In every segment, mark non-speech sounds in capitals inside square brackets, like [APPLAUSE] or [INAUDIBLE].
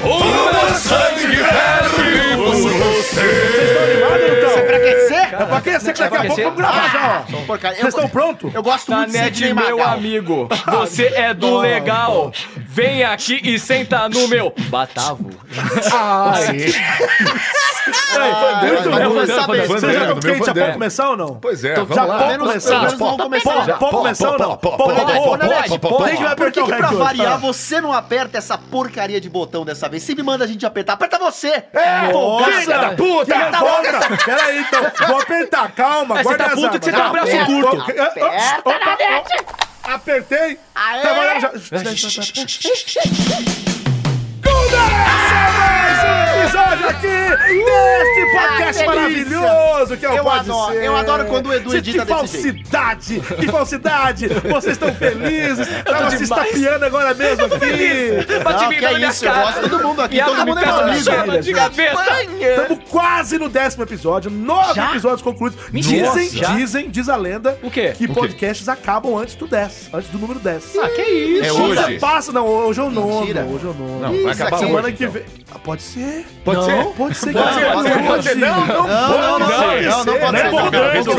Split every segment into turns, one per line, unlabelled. Pula sangue de ferro vivo você.
Isso é pra aquecer?
É pra aquecer que daqui a pouco vamos gravar já, ó.
Não, porcaria.
Vocês estão
Eu,
prontos?
eu gosto muito de
Tanete,
Sidney
Ah, né, meu
Magal.
amigo, você é do legal. Vem aqui e senta no meu batavo.
tá
Muito
vai
bom.
começar bem.
Vocês já estão quentes? Já pode começar ou não? Então,
Pois
Então,
é, vamos
Já
lá.
pode
Menos-
começar?
menos vão começar.
Pode-
Já.
Pode começar ou não? Pô,
Pô, pô, pô,
pô,
pô,
pô,
Dona Leste,
pô, pô,
pô.
pô.
Quem que vai
Por que, que
apertar o
pra
recorde?
variar
Tá.
você não aperta essa porcaria de botão dessa vez? Sempre manda a gente apertar. Aperta você!
É,
folgada.
filha da puta!
Filha da puta!
Volta! Peraí, então. Vou apertar, calma.
É, você
guarda
tá
as
puto
armas.
que você tá com o braço
Aperta,
curto.
aperta,
Aperta,
opa,
Nanete!
Apertei.
Aê!
Tá valendo já. Começa mais um episódio aqui deste podcast
delícia.
maravilhoso que é o
Eu
Pode
adoro,
Ser.
eu adoro quando o Edu
Gente,
edita
Que
desse
falsidade, que falsidade. Vocês estão
[LAUGHS]
felizes. Tava se
demais.
estapeando agora mesmo aqui.
Bate
Não, que
bebida na
é
minha
isso, eu gosto de
cara.
todo mundo aqui.
E
Todo
abre
mundo
me
é meu
casa
amigo.
chama de gaveta.
Estamos quase no décimo episódio, nove
Já?
episódios concluídos.
Mentira.
Dizem,
Já?
dizem, diz a lenda
O quê?
que podcasts acabam antes do 10, antes do número 10.
Ah, que isso?
É
Coisa
hoje.
Passa, não, hoje é o nono,
Mentira.
hoje é o nono.
Não, vai
Isso
acabar
aqui.
Semana
hoje,
que
então.
vem. Ah, pode ser.
Pode
Não,
ser?
Pode ser que
Não,
acabe
pode ser,
hoje.
pode ser. Não,
Não, não,
não
não,
Pode
não, não pode
ser, né?
ser.
Bom,
Não,
bom,
não
bom,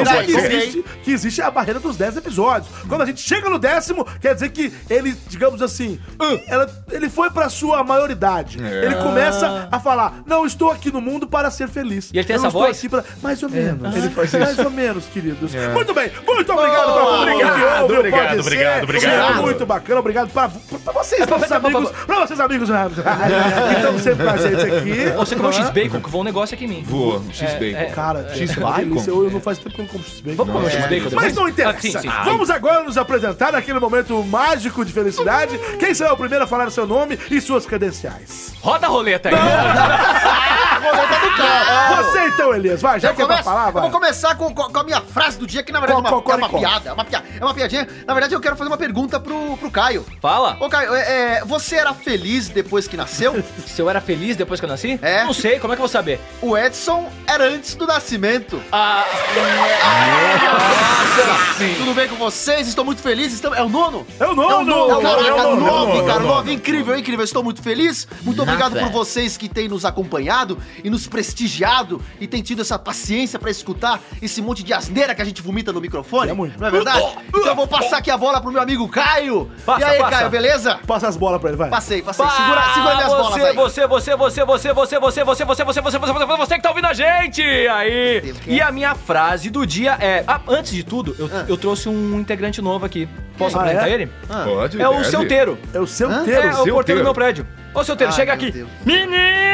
pode
que
ser.
existe- Que existe a barreira dos 10 episódios. Quando a gente chega no décimo, quer dizer que ele, digamos assim, ela- ele foi pra sua maioridade. Ele começa a falar: Não, estou aqui no mundo para ser feliz.
E ele tem
Eu não
essa
estou
voz?
aqui pra- Mais ou menos. Ele faz isso. Mais ou menos, queridos. Muito bem, muito obrigado pra todo mundo que
obrigado,
ouve o
obrigado,
Pode Ser.
obrigado, obrigado.
Muito bacana, obrigado pra, pra vocês, nossos
pra- pra-
amigos, pra vocês, amigos,
[LAUGHS]
que estão sempre com a gente aqui. é?
Você comeu X-Bacon, que voou um negócio aqui em mim.
Voou, X-Bacon.
É, é.
Cara,
X-Bacon?
é uma delícia. Eu, eu não faz tempo que eu não como X-Bacon.
Vamos comer
Não,
X-Bacon
mas-
depois?
Mas não interessa.
Ah, sim, sim.
Vamos agora nos apresentar naquele momento mágico de felicidade. Quem será o primeiro a falar o seu nome e suas credenciais?
Roda a roleta aí.
A roleta do carro.
Você então, Elias. Vai, já
Eu
que é pra
começo?
falar,
Eu vou
vai.
começar com, com a minha frase do dia, que na verdade é
Qual,
uma,
qual,
é uma
qual?
piada, é uma piada. É uma piadinha. Na verdade, eu quero fazer uma pergunta pro, pro Caio.
Fala.
Ô, Caio, é, é, você era feliz depois que nasceu?
Se eu era feliz depois que eu nasci?
É.
Não sei, como é que eu vou saber?
O Edson era antes do nascimento.
Ah,
ah, Tudo bem com vocês? Estou muito feliz. Estamos... É o nono?
É o
É o
nono!
nono,
É o
caraca,
nono!
é o
nove,
nono,
cara,
é o nono.
nove, incrível, incrível. Estou muito feliz. Muito obrigado por vocês que têm nos acompanhado e nos prestigiado e têm tido essa paciência pra escutar esse monte de asneira que a gente vomita no microfone.
É muito.
Não é verdade? Então eu vou passar aqui a bola pro meu amigo Caio.
Passa,
e aí,
passa.
Caio, beleza?
Passa as bolas pra ele, vai.
Passei, passei. Segura, segura minhas
você,
bolas aí.
Você, você, você, você, você, você, você, você, você, você, você, você, você que tá ouvindo a gente aí.
Deus, quem
E
é? Ah.
a minha frase do dia é... Ah, antes de tudo, eu, eu trouxe um integrante novo aqui. Posso
Ah,
apresentar
é?
ele?
Pode,
É o
deve.
seu teiro.
É o seu
Hã?
inteiro.
É, o
seu
porteiro
Teiro.
do meu prédio. Ô, seu Teiro,
Ai,
chega
meu
aqui.
Deus.
Menino!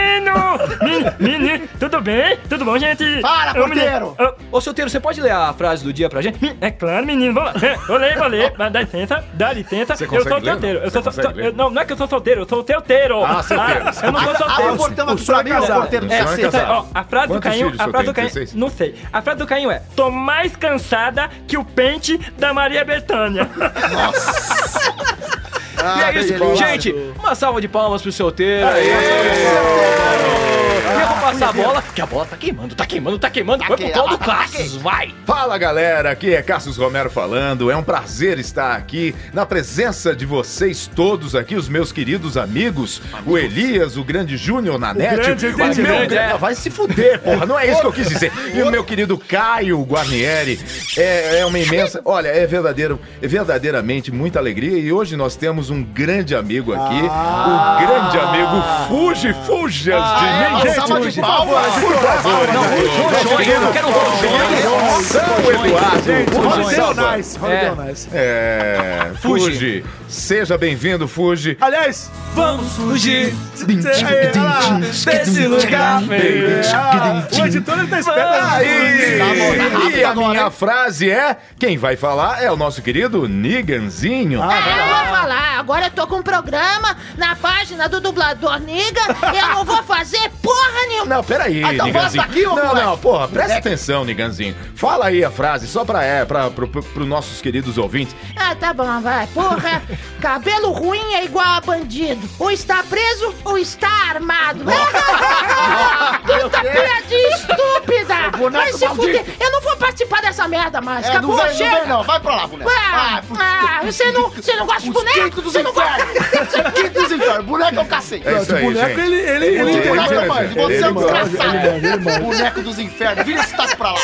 Mini, mini, tudo bem? Tudo bom, gente?
Para,
Eu, menino,
porteiro!
eu-
Ô, seu Teiro, você pode ler a frase do dia pra gente?
é claro, menino, vou lá. Eu leio, vou ler. Mas dá licença, dá licença.
Você
Eu
consegue
sou
ler,
solteiro.
não?
Eu sou
Você consegue
sol-
ler?
eu- Não, não é que eu sou solteiro, eu sou solteiro.
Ah, solteiro.
eu não sou
Abre
solteiro.
o portão
o
aqui
senhor
pra mim,
é
o
casado.
porteiro
O senhor é
tá
casado.
Ó, a frase do
Quantos
Cainho,
filhos o
a
senhor
frase
tem?
do Cainho,
16?
não sei. A frase do Cainho é: "Tô mais cansada que o pente da Maria Bethânia".
e é isso,
Ah, beleza.
gente. Uma salva de palmas pro seu Teiro. E eu vou passar a bola, que a bola tá queimando, tá queimando, tá queimando. Vai pro
que-
pau do
Ah, tá- tá
Cassius, vai.
Fala galera, aqui é Cassius Romero falando. É um prazer estar aqui na presença de vocês todos aqui, os meus queridos amigos, o Elias, o grande Júnior na net.
grande,
o
grande,
meu, Ah,
grande, é.
Vai se fuder, porra, não é isso que eu quis dizer. E o meu querido Caio Guarnieri. É, é uma imensa. Olha, é verdadeiro, é verdadeiramente muita alegria. E hoje nós temos um grande amigo aqui, o grande amigo Fuji Fujas
Ah,
de
é?
mim,
Salva de
Fuji,
palmas.
Por favor,
Não,
Rojões, eu quero um
Tá
rojões.
São Eduardo. Por
Rodeu
favor.
Nice, Rodeu
É.
Nice.
É. Fuji. Seja bem-vindo, Fuji.
Aliás,
Vamos fugir
aí, olha lá.
desse lugar é feio.
Ah, O editor ele tá
Aí!
esperando.
Tá né?
E a minha frase é: quem vai falar é o nosso querido Niganzinho.
Ah.
Eu vou falar, agora eu tô com um programa na página do dublador Niga, eu não vou fazer porra nenhuma.
Não, peraí,
Ah, então
Niganzinho.
volta aqui, ô
não,
moleque.
não, porra, presta atenção, Niganzinho. Fala aí a frase, só pra, é, pra, pro, pro, pro nossos queridos ouvintes.
Ah, tá bom, vai, porra. Cabelo ruim é igual a bandido. Ou está preso ou está armado. [LAUGHS] Puta piadinha estúpida. Vai se fuder. Eu não vou participar participar dessa merda mais.
É,
Acabou,
não vem, não
chega.
vem não. Vai pra lá, boneco.
Ah, ah, você não, você não gosta de boneco?
Quinto dos
Você não gosta?
infernos. Quinto dos infernos. Boneco é o cacete.
É isso aí,
boneco,
gente.
ele, ele, ele,
Ele-
entendeu.
Boneco é mãe.
ele-
Você é um
ele-
desgraçado. Boneco dos infernos. Vira esse taco pra lá.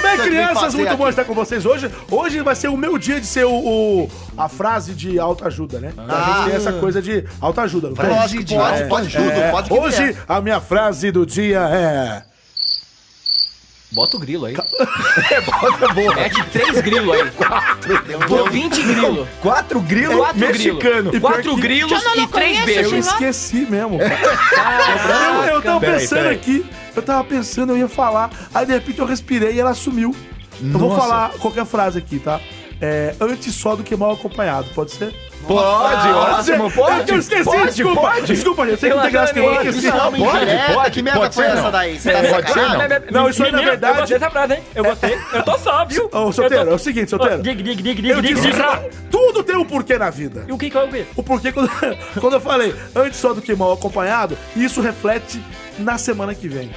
Você tem
bem,
que
crianças,
fazer
muito bom
aqui.
estar com vocês hoje. Hoje vai ser o meu dia de ser o, o- a frase de autoajuda, né? A gente tem essa
Ah.
coisa de autoajuda. não tem?
Pode, pode, pode tudo.
É,
Pode que
hoje a minha frase do dia é
Bota o grilo aí.
É
Mete três grilos aí. Pô, 20 grilos.
Quatro grilos
Quatro
é um mexicano.
grilos. Quatro
que-
grilos
Que eu não
e três
conheço,
eu
Sim,
beijos.
gente. vai.
esqueci mesmo. cara. eu, eu tava
É. Peraí,
pensando
peraí.
aqui, eu tava pensando, eu ia falar, aí de repente eu respirei e ela sumiu. Eu vou
Nossa.
falar qualquer frase aqui, tá? É, antes só do que mal acompanhado, pode ser?
Pode, ótimo, pode.
É que eu esqueci,
pode,
desculpa.
Pode,
Desculpa, gente, eu sei que não tem graça nenhuma, eu esqueci.
Isso é uma
Pode,
indireta.
pode,
Que merda
pode
foi
ser,
essa
não.
daí? Você tá
Pode ser,
Ah,
sacanagem?
não.
Não, isso aí, na verdade-
Eu gostei dessa frase, hein? Eu gostei. Eu tô só, viu?
Ô, solteiro, é o seguinte, solteiro.
Dig, dig, dig,
Eu
dig, dig,
disse
dig.
pra... Tudo tem um porquê na vida.
E o que que é o quê?
O porquê quando, [LAUGHS] quando eu falei antes só do que mal acompanhado, isso reflete na semana que vem.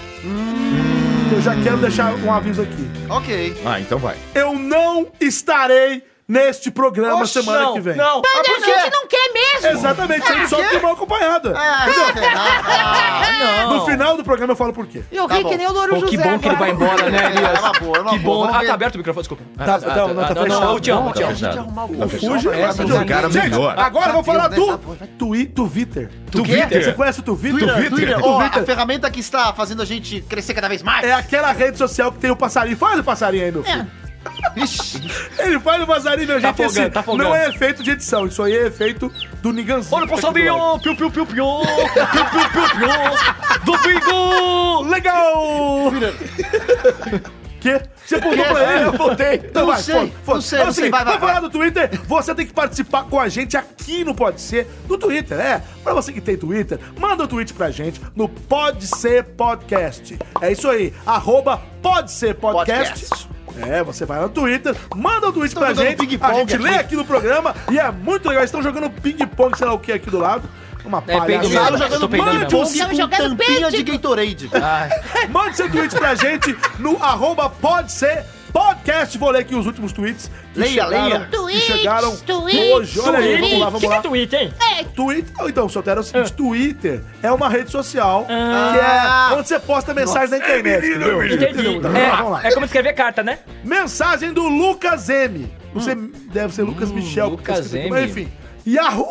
Eu já quero deixar um aviso aqui.
Ok.
Ah, então vai.
Eu não estarei neste programa semana
não,
que vem.
Não,
Mas
por
a
quê?
gente não quer mesmo.
Exatamente, antes só do que mal acompanhado. [LAUGHS]
Ah, ah,
não.
No final do programa eu falo por quê.
Eu
Tá
ri
bom.
que nem o Louro
Pô,
José
que bom que ele vai
agora.
embora, né,
É
Elias?
uma boa, é uma
Que
boa,
bom.
vamos
Ah,
ver.
tá aberto o microfone, desculpa. Ah,
Tá- tá- não, tá fechado.
eu te amo, eu te
Não,
amo.
a gente arrumar o
Tá
outro.
fechado.
Fuja,
Tá
essa
fechado.
de-
Cara,
Gente,
melhor.
Agora eu vou falar
Deus, vai,
do
vai.
Twi- Twitter. é
Twitter?
Você conhece o Twitter?
Twitter, Twitter. Ó,
Twitter.
a ferramenta que está fazendo a gente crescer cada vez mais.
É aquela rede social que tem o passarinho. Faz o passarinho aí,
É.
meu filho.
Ixi,
Ele faz o passarinho, meu
Tá
gente.
folgando,
esse
tá folgando.
Não é efeito de edição, isso aí é efeito do Niganzinho.
Olha o passarinho, piu, piu, piu, piu, piu, piu, piu, piu, domingo!
Legal! Quê? Você apontou pra ele? Eu apontei. Então
Não
vai,
sei,
foda- foda-
não sei,
É o
não sei,
seguinte,
vai, vai,
pra falar do Twitter, você tem que participar com a gente aqui no Pode Ser, no Twitter, é. Pra você que tem Twitter, manda um tweet pra gente no Pode Ser Podcast. É isso aí, arroba Pode Ser Podcast.
Podcast.
É, você vai lá no Twitter, manda um tweet
Estão
pra
jogando
gente, a
ping-pong
gente
aqui.
lê aqui no programa e é muito legal. Estão jogando ping-pong, sei lá o que, aqui do lado. Uma
É, peido
palhaçada. um
mesmo.
Estava
eu tô
jogando
peidando
Mandy
mesmo.
Estava
com
jogando
tampinha
peito.
de Gatorade.
Ah, Mande seu tweet pra gente no arroba pode ser podcast. Vou ler aqui os últimos tweets que
Leia,
chegaram.
leia.
Que
Tweets,
chegaram
tweets,
hoje. Olha aí, vamos lá, vamos
que que é
lá.
tweet, hein?
É,
Twitter, ou então, Sotero, é o seguinte, Twitter é uma rede social
Ah.
que é onde você posta mensagens na internet, entendeu?
Entendi.
Entendeu? Tá, Vamos lá.
É, é como escrever carta, né?
Mensagem do Lucas M. Você deve ser Lucas Michel.
Lucas
porque você-
M.
Mas, enfim. Yahoo!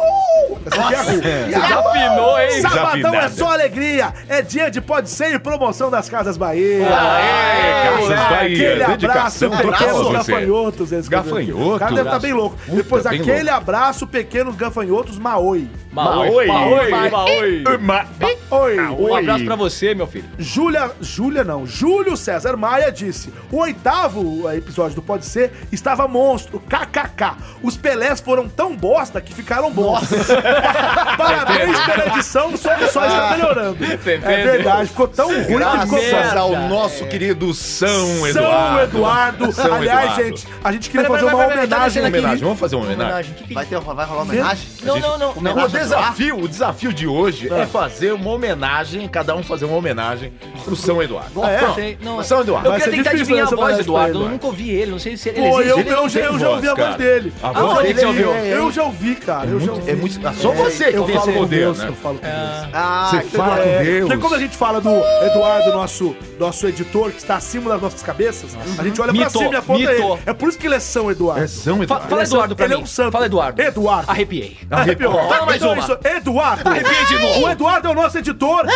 é Yahoo!
Desafinou, hein?
Sabadão é
Desafinado.
só alegria. É dia de pode ser e promoção das Casas Bahia.
Aê, Casas
Ah, Aquele
Bahia,
abraço,
dedicação total
pequenos
a você.
gafanhotos. eles escreveram aqui.
Gafanhotos.
O cara deve tá bem louco.
Puta,
Depois,
bem
aquele
louco.
abraço, pequenos gafanhotos, Maoi.
Maoi, Maoi,
Maoi.
Maoi.
Ma-
Oi.
Um abraço pra você, meu filho.
Júlia, Júlia não, Júlio César Maia disse: o oitavo eh, episódio do Pode Ser estava monstro, kkk. Os Pelés foram tão bosta que ficaram bons. [LAUGHS] Parabéns pela edição, só que só está melhorando. É
Entendeu?
verdade, ficou tão ruim que ficou
Ah, Graças
bom.
ao nosso querido São
São
Eduardo.
Eduardo.
São
Aliás,
Eduardo.
gente, a gente queria
Pera,
fazer
pera,
uma
pera, pera,
homenagem.
pera, pera,
Homenagem, vamos fazer uma homenagem?
Vai, ter, vai rolar homenagem?
Não, não,
Não,
não.
o
Homenagem ao
desafio, o desafio de hoje é fazer uma homenagem, cada um fazer uma homenagem pro São Eduardo.
Ah, é?
Não,
Sei, não.
São
Eu
Eduardo.
Vai
quero
ser
tentar
é difícil né?
adivinhar a
essa
voz
homenagem
do
pra
Eduardo.
ele,
Eu nunca ouvi ele, não sei se ele
Pô,
existe.
eu,
Ele é um
eu
não
já,
tem
eu já
voz,
ouvi a voz
cara.
dele.
A voz
Aonde
dele você ouviu?
Eu já ouvi, cara. Eu já ouvi.
É muito, é só você que
um Eu
tem esse
falo com
poder,
Deus,
né?
eu falo com Deus.
Ah,
Você
que
fala
É,
com Deus.
Porque quando a gente fala do Eduardo, nosso, nosso editor, que está acima das nossas cabeças, a gente olha pra
Mito,
cima e aponta
mito.
ele. É por isso que ele é São Eduardo.
É São
Fa-
Eduardo.
Fala Eduardo pra
ele
mim.
é um santo.
Fala Eduardo.
Eduardo.
Arrepiei.
Arrepiou.
Fala mais
Então
uma.
isso, Eduardo.
Arrepia de novo.
O Eduardo é o nosso editor.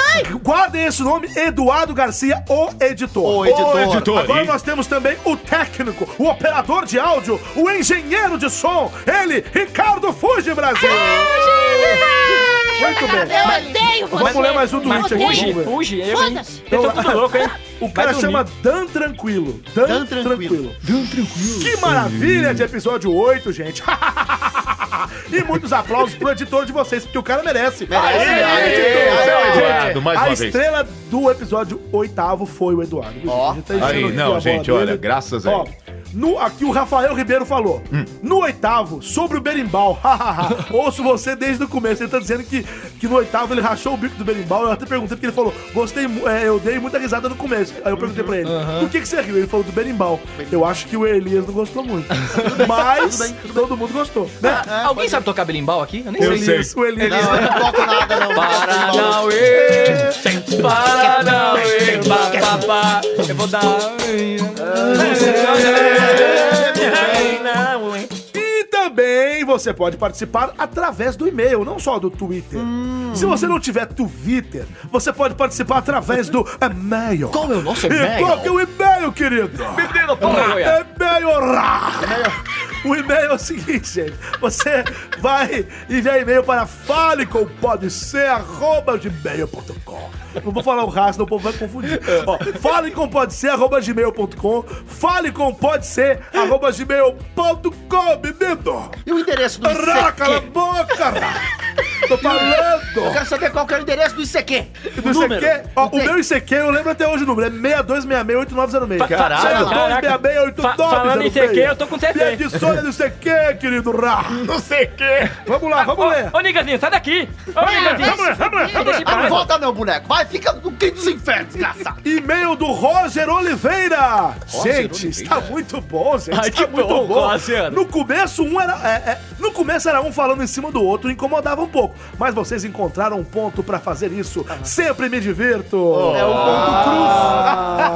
Guardem esse nome, Eduardo Garcia, o editor.
O editor.
Ô, editor.
Agora
E-
nós temos também o técnico, o operador de áudio, o engenheiro de som, ele, Ricardo Fuji Brasil. Muito bem.
Eu odeio você.
Vamos ler mais um
Eu
tweet aqui,
odeio.
Fuge,
vamos ver.
fuge. Eu, hein?
Foda-se.
Eu tô tudo louco, hein?
O cara
Vai dormir.
chama Dan Tranquilo. Dan,
Dan
Tranquilo.
Tranquilo.
Que maravilha de episódio 8, gente. [LAUGHS] e muitos aplausos pro editor de vocês, porque o cara merece.
Merece,
Aê,
aê,
é editor!
aê,
Aê,
Eduardo,
gente.
mais
A
uma vez.
estrela do episódio oitavo foi o Eduardo. viu,
Ó.
gente? Tá enchendo
Aí,
aqui
não,
a bola
gente, olha, graças a Hum.
Ó,
ele.
No, aqui o Rafael Ribeiro falou. No oitavo, sobre o berimbau. [LAUGHS] Ouço você desde o começo. Ele tá dizendo que, que no oitavo ele rachou o bico do berimbau. Eu até perguntei porque ele falou, gostei, mu- é, eu dei muita risada no começo. Aí eu perguntei pra ele, do que, que você riu? Ele falou do berimbau. Eu acho que o Elias não gostou muito. Mas todo mundo gostou. Né?
Ah,
Alguém sabe tocar berimbau aqui? Eu nem
Eu
sei.
sei.
O Elias.
Não, eu não toco nada, não.
Paranauê, Paranauê, papapá, eu vou dar... um.
E também você pode participar através do e-mail, não só do Twitter.
Hum.
Se você não tiver Twitter, você pode participar através do e-mail.
Qual é o nosso
E
e-mail?
qual que é o e-mail, querido?
Menino, porra,
E-mail! ra. É O e-mail é o seguinte, gente. Você vai enviar e-mail para falecompodser.gmail.com Não vou falar o resto, senão o povo vai confundir. Ó, falecompodser.gmail.com falecompodser.gmail.com, menino!
E o endereço do
Ra, cala a
ICQ?
boca, ra. Tô
Eu
falando!
quero saber qual que é o endereço do ICQ.
Do ICQ, ó, o meu ICQ, eu lembro até hoje o número, é 62668906.
Caralho.
Fa- falando em ICQ, eu tô com CC.
Edição do ICQ, querido Ra.
Não sei o quê.
Vamos lá, vamos ler.
Ô, ô, Nigazinho, sai daqui! Ô, Nigazinho!
vai se
Me deixa em
Ah, não
paz.
volta não, boneco. Vai, fica no quinto dos infernos, desgraçado.
E-mail do Roger Oliveira. gente,
Oliveira.
está muito bom, gente.
Ai,
está
que
muito
bom, Roger.
No começo, um era. é, é, no começo era um falando em cima do outro, incomodava um pouco. Mas vocês encontraram um ponto pra fazer isso.
Ah.
Sempre me divirto.
Oh.
É o
[LAUGHS]
ponto cruz.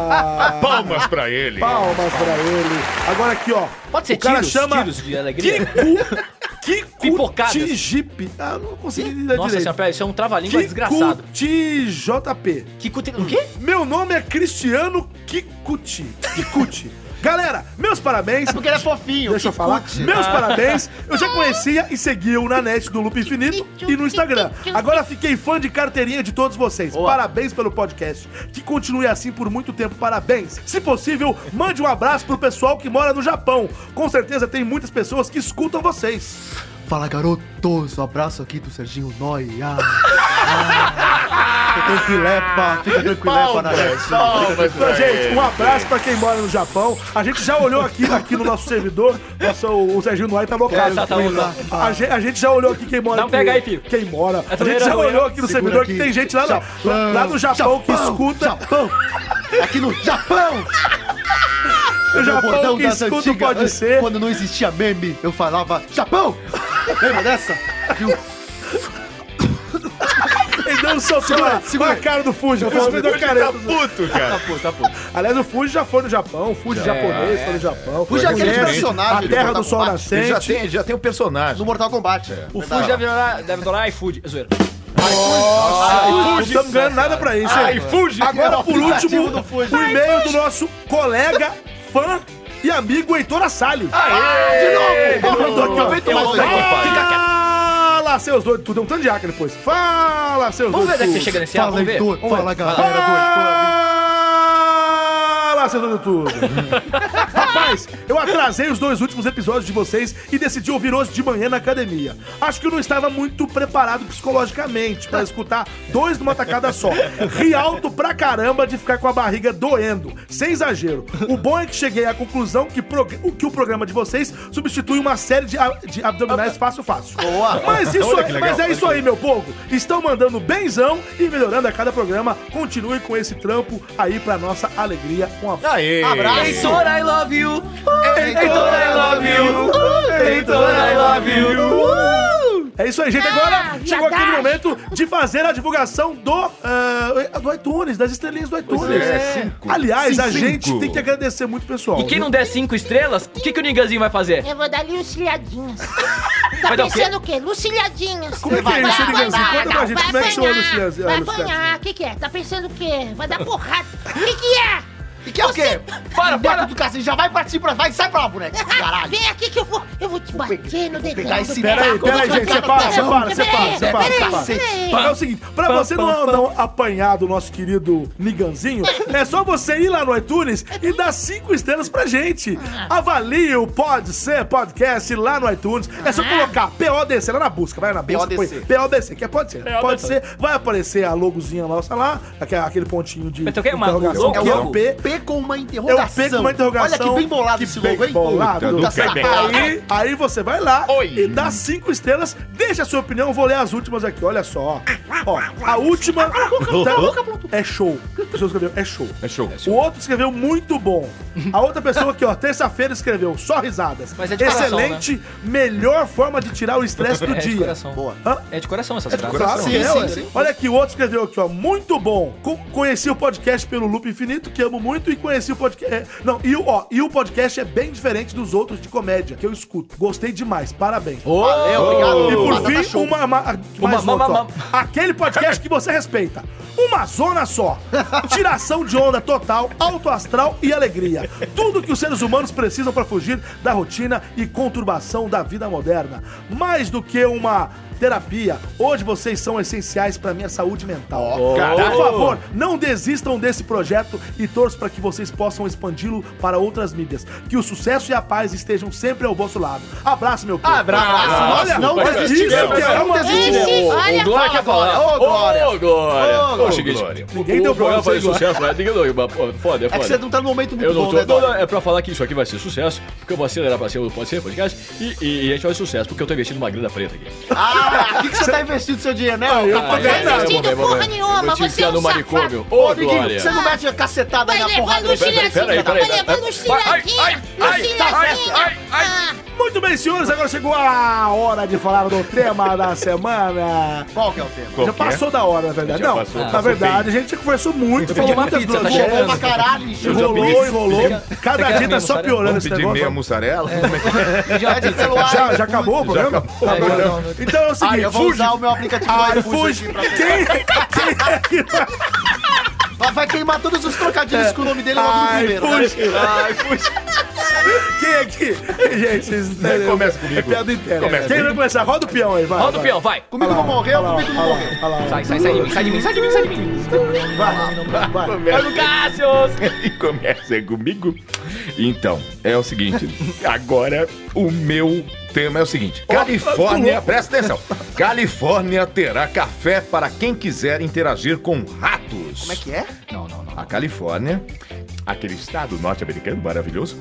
Palmas pra ele.
Palmas né, pra ele. Agora aqui, ó.
Pode ser
o cara
tiros,
chama
tiros de alegria.
Kiku. Kiku
[LAUGHS] Pipocadas.
Tijipe. Ah, não consegui ler
Nossa
direito.
senhora, pera, isso é um trava-língua desgraçado.
Kiku TJP.
Kiko tem... O quê?
Meu nome é Cristiano Kikuchi.
[LAUGHS]
Kikuchi. Galera, meus parabéns.
Porque ele é fofinho. Ah.
Deixa eu falar. Meus parabéns. Eu já conhecia e seguia o na net do Loop Infinito e no Instagram. Agora fiquei fã de carteirinha de todos vocês. Parabéns pelo podcast. Que continue assim por muito tempo. Parabéns. Se possível, mande um abraço pro pessoal que mora no Japão. Com certeza tem muitas pessoas que escutam vocês.
Fala, garotos. Um abraço aqui do Serginho Noia. Fica tranquilepa, fica tranquilepa, Nareto.
Palmas
Então,
pra
gente,
ele.
um abraço pra quem mora no Japão. A gente já olhou aqui, aqui no nosso servidor. Nossa, o, o Serginho Noir tá
É,
locado.
tá, tá, tá.
a, gente, a gente já olhou aqui quem mora
Não
aqui-
pega aí, filho.
Quem mora. A
Essa
gente
mulher
já
é ruim,
olhou
né?
aqui no servidor que tem gente lá, lá, lá no Japão, que escuta.
Japão. Aqui no Japão.
O
Meu
Japão
bordão
que
das
escuta
antigas,
pode ser.
Quando não existia meme, eu falava Japão. Lembra dessa?
Ele deu um socão
Segura,
lá,
segura.
na cara do Fuji. O
Hoje
Fuji deu
tá
careta.
puto, cara.
Pô, tá, pô.
Aliás, o Fuji já foi no Japão. O Fuji japonês foi no Japão.
Fuji é aquele
Conhece
personagem
A
do
terra do
Mortal
sol
Kombat.
Ele já
nascente.
tem, já tem um personagem.
No Mortal Kombat.
O Fuji deve adorar, deve adorar iFood. É zoeira.
Não Ah, estamos ganhando nada pra isso, hein?
Ai, fuge.
Agora, por
aplicativo
último,
do Fuji.
o e-mail do nosso colega, fã e amigo Heitor Assali.
De novo.
mandou aqui, ó.
Aproveita Ah, mais
Vai,
um.
compadre.
Fala, seus doidos. Tu deu um tanto de hack depois. Fala, seus
Vamos ver
doidos.
daqui que chega nesse ar, vamos ver.
Fala, galera do
Ah,
Heitor.
Fala, seu dono tudo! [LAUGHS] Rapaz, eu atrasei os dois últimos episódios de vocês e decidi ouvir hoje de manhã na academia. Acho que eu não estava muito preparado psicologicamente pra escutar dois numa tacada só. Ri alto pra caramba de ficar com a barriga doendo, sem exagero. O bom é que cheguei à conclusão que, prog- o, que o programa de vocês substitui uma série de, a- de abdominais fácil fácil.
Boa.
Mas isso,
Olha que
aí-
legal,
mas
olha
é
que
isso aí, meu povo. Estão mandando benzão e melhorando a cada programa. Continue com esse trampo aí pra nossa alegria. Um abraço.
Aê.
Abraço.
Heitor, I love you.
Heitor, I love
you. Heitor, I love you.
É isso aí, gente.
Ah,
Agora chegou
viadagem.
aquele momento de fazer a divulgação do, ah, do iTunes, das estrelinhas do iTunes.
é, cinco.
Aliás, a
Cinco.
gente tem que agradecer muito, pessoal.
E quem não der cinco estrelas, o que, que o Nigazinho vai fazer?
Eu vou dar lucilhadinhas. Tá
Vai dar o quê?
pensando o quê? Lucilhadinhas.
Como é que é isso, Niganzinho? Conta pra gente, como é que são as lucilhadinhas?
Vai
Ah, lucilhadinhas.
apanhar. O que que é? Tá pensando o quê? Vai dar porrada. O que que é?
E que é o quê?
Para, para.
Boneco do cacete, já vai partir pra... Vai, sai pra lá, boneco.
Ah,
Caralho.
Vem aqui que eu vou, eu vou te bater no dedão.
pegar esse
Peraí,
Como
peraí,
é que
gente,
vai
separa,
dar
separa,
Peraí,
separa, separa, separa.
peraí, peraí.
É o seguinte, pra você não, não apanhar do nosso querido
[LAUGHS]
Niganzinho, é só você ir lá no iTunes e dar cinco estrelas pra gente.
Ah.
Avalie o Pode Ser Podcast lá no iTunes. É
Ah.
só colocar PODC lá na busca, vai na busca. põe
PODC.
PODC, que é Pode Ser. Pode Ser, vai aparecer a logozinha nossa lá, aquele aquele pontinho de
Mas tu quer uma
interrogação,
logo?
que é o P.
P com uma
Eu
interrogação.
pego uma interrogação.
Olha que bem bolado
que
esse
bem
logo, hein?
Bolado.
Puta,
Tá
Então, bem
sacado.
aí, aí você vai lá
Oi.
e dá cinco estrelas, deixa a sua opinião, vou ler as últimas aqui, olha só. Ó, a última [LAUGHS] tá- é show. A pessoa escreveu, é show.
É show.
O outro escreveu muito bom. A outra pessoa aqui, ó, terça-feira escreveu só risadas.
Mas é de coração,
Excelente, melhor forma de tirar o
[LAUGHS]
estresse do
É de
dia.
coração.
Boa.
Hã?
É de coração essas
Claro
frases.
Tá
que
Sim,
é,
sim,
ué.
sim.
Olha aqui, o outro escreveu aqui, ó. Muito bom. Co- conheci o podcast pelo Loop Infinito, que amo muito, e conheci o podcast. é, não, e, o- ó, e o podcast é bem diferente dos outros de comédia, que eu escuto. Gostei demais, parabéns.
Valeu, obrigado.
E por
Batata
fim,
show.
uma, ma- mais
ma-
outra,
ma-
ó. Aquele podcast que você respeita. Uma zona só. Tiração de onda total, alto astral e alegria. Tudo que os seres humanos precisam para fugir da rotina e conturbação da vida moderna. Mais do que uma terapia, hoje vocês são essenciais para minha saúde mental. Por favor, não desistam desse projeto e torço para que vocês possam expandi-lo para outras mídias. Que o sucesso e a paz estejam sempre ao vosso lado. Abraço, meu povo.
Abraço, nós não
Olha,
desistiremos.
isso que é
Não
uma-
desistiremos.
Esse, olha,
Glória que é
Glória, ô, Glória.
Ô, Glória.
Ô,
Ô, seguinte,
Glória.
Ninguém deu
o programa
pra
fazer
você
sucesso, né? Ninguém deu, mas, pô, Foda, é
É que você
foda.
não tá num momento muito
Eu não
bom,
tô.
né,
não,
Dora?
não, é pra falar que isso aqui vai ser sucesso, porque eu vou acelerar pra cima do Pode Ser Podcast e, e, e a gente vai ser sucesso, porque eu tô investindo uma grana preta aqui.
Ah, o que, que você tá investindo seu dinheiro, né? ô,
eu
cara?
Ai,
tô
ai,
ganhando.
ai,
nada.
eu vou ver,
Investindo
vou ver.
porra nenhuma,
Eu vou te
você é
enfiar
um
no manicômio.
safado.
Ô,
Ô, amiguinho,
Glória.
você não mete a cacetada aí
Vai
na porrada
levando
do
no
peraí,
giradinho,
peraí,
vai Ah,
peraí,
levando no
peraí. Ai,
giradinho, no giradinho.
Muito bem, senhores, agora chegou a hora de falar do tema da semana.
Qual que é o tema?
Qual
já
que
passou da hora, na verdade.
Já
Não,
passou,
na
passou
verdade, a gente conversou muito, falou
uma
muitas
pizza, tá
groselhas.
Chegou pra caralho, encheu.
já pedi-
Enrolou, enrolou.
Você
Cada
quer
dia tá
mesmo,
só
sabe?
piorando
Vamos
esse
pedir meia
negócio.
[LAUGHS] mussarela?
Pede uma pizza, cara.
celular.
Já, já acabou o programa?
É, não, não, não.
Então é o seguinte,
Ai, eu vou usar o meu aplicativo
Ah,
do
iFood.
aqui
Quem, quem é que vai?
pra- Vai queimar todos os trocadilhos com o nome dele logo no
É. Ai,
primeiro. né?
iFood. Quem é que... Gente, vocês não entendem.
Começa comigo.
É piada interna.
Começa
Quem vai começar? Roda o peão aí, vai.
Roda o
vai.
peão, vai.
Comigo não morreu, comigo não morreu.
Olha lá,
Sai, sai, sai de mim, sai de mim, sai de mim, sai de mim. Vai no Cássio.
E começa é comigo. Então, é o seguinte. Agora, o meu tema é o seguinte. Califórnia, presta atenção. Califórnia terá café para quem quiser interagir com ratos.
Como é que é?
Não, não, não.
A Califórnia, aquele estado norte-americano maravilhoso,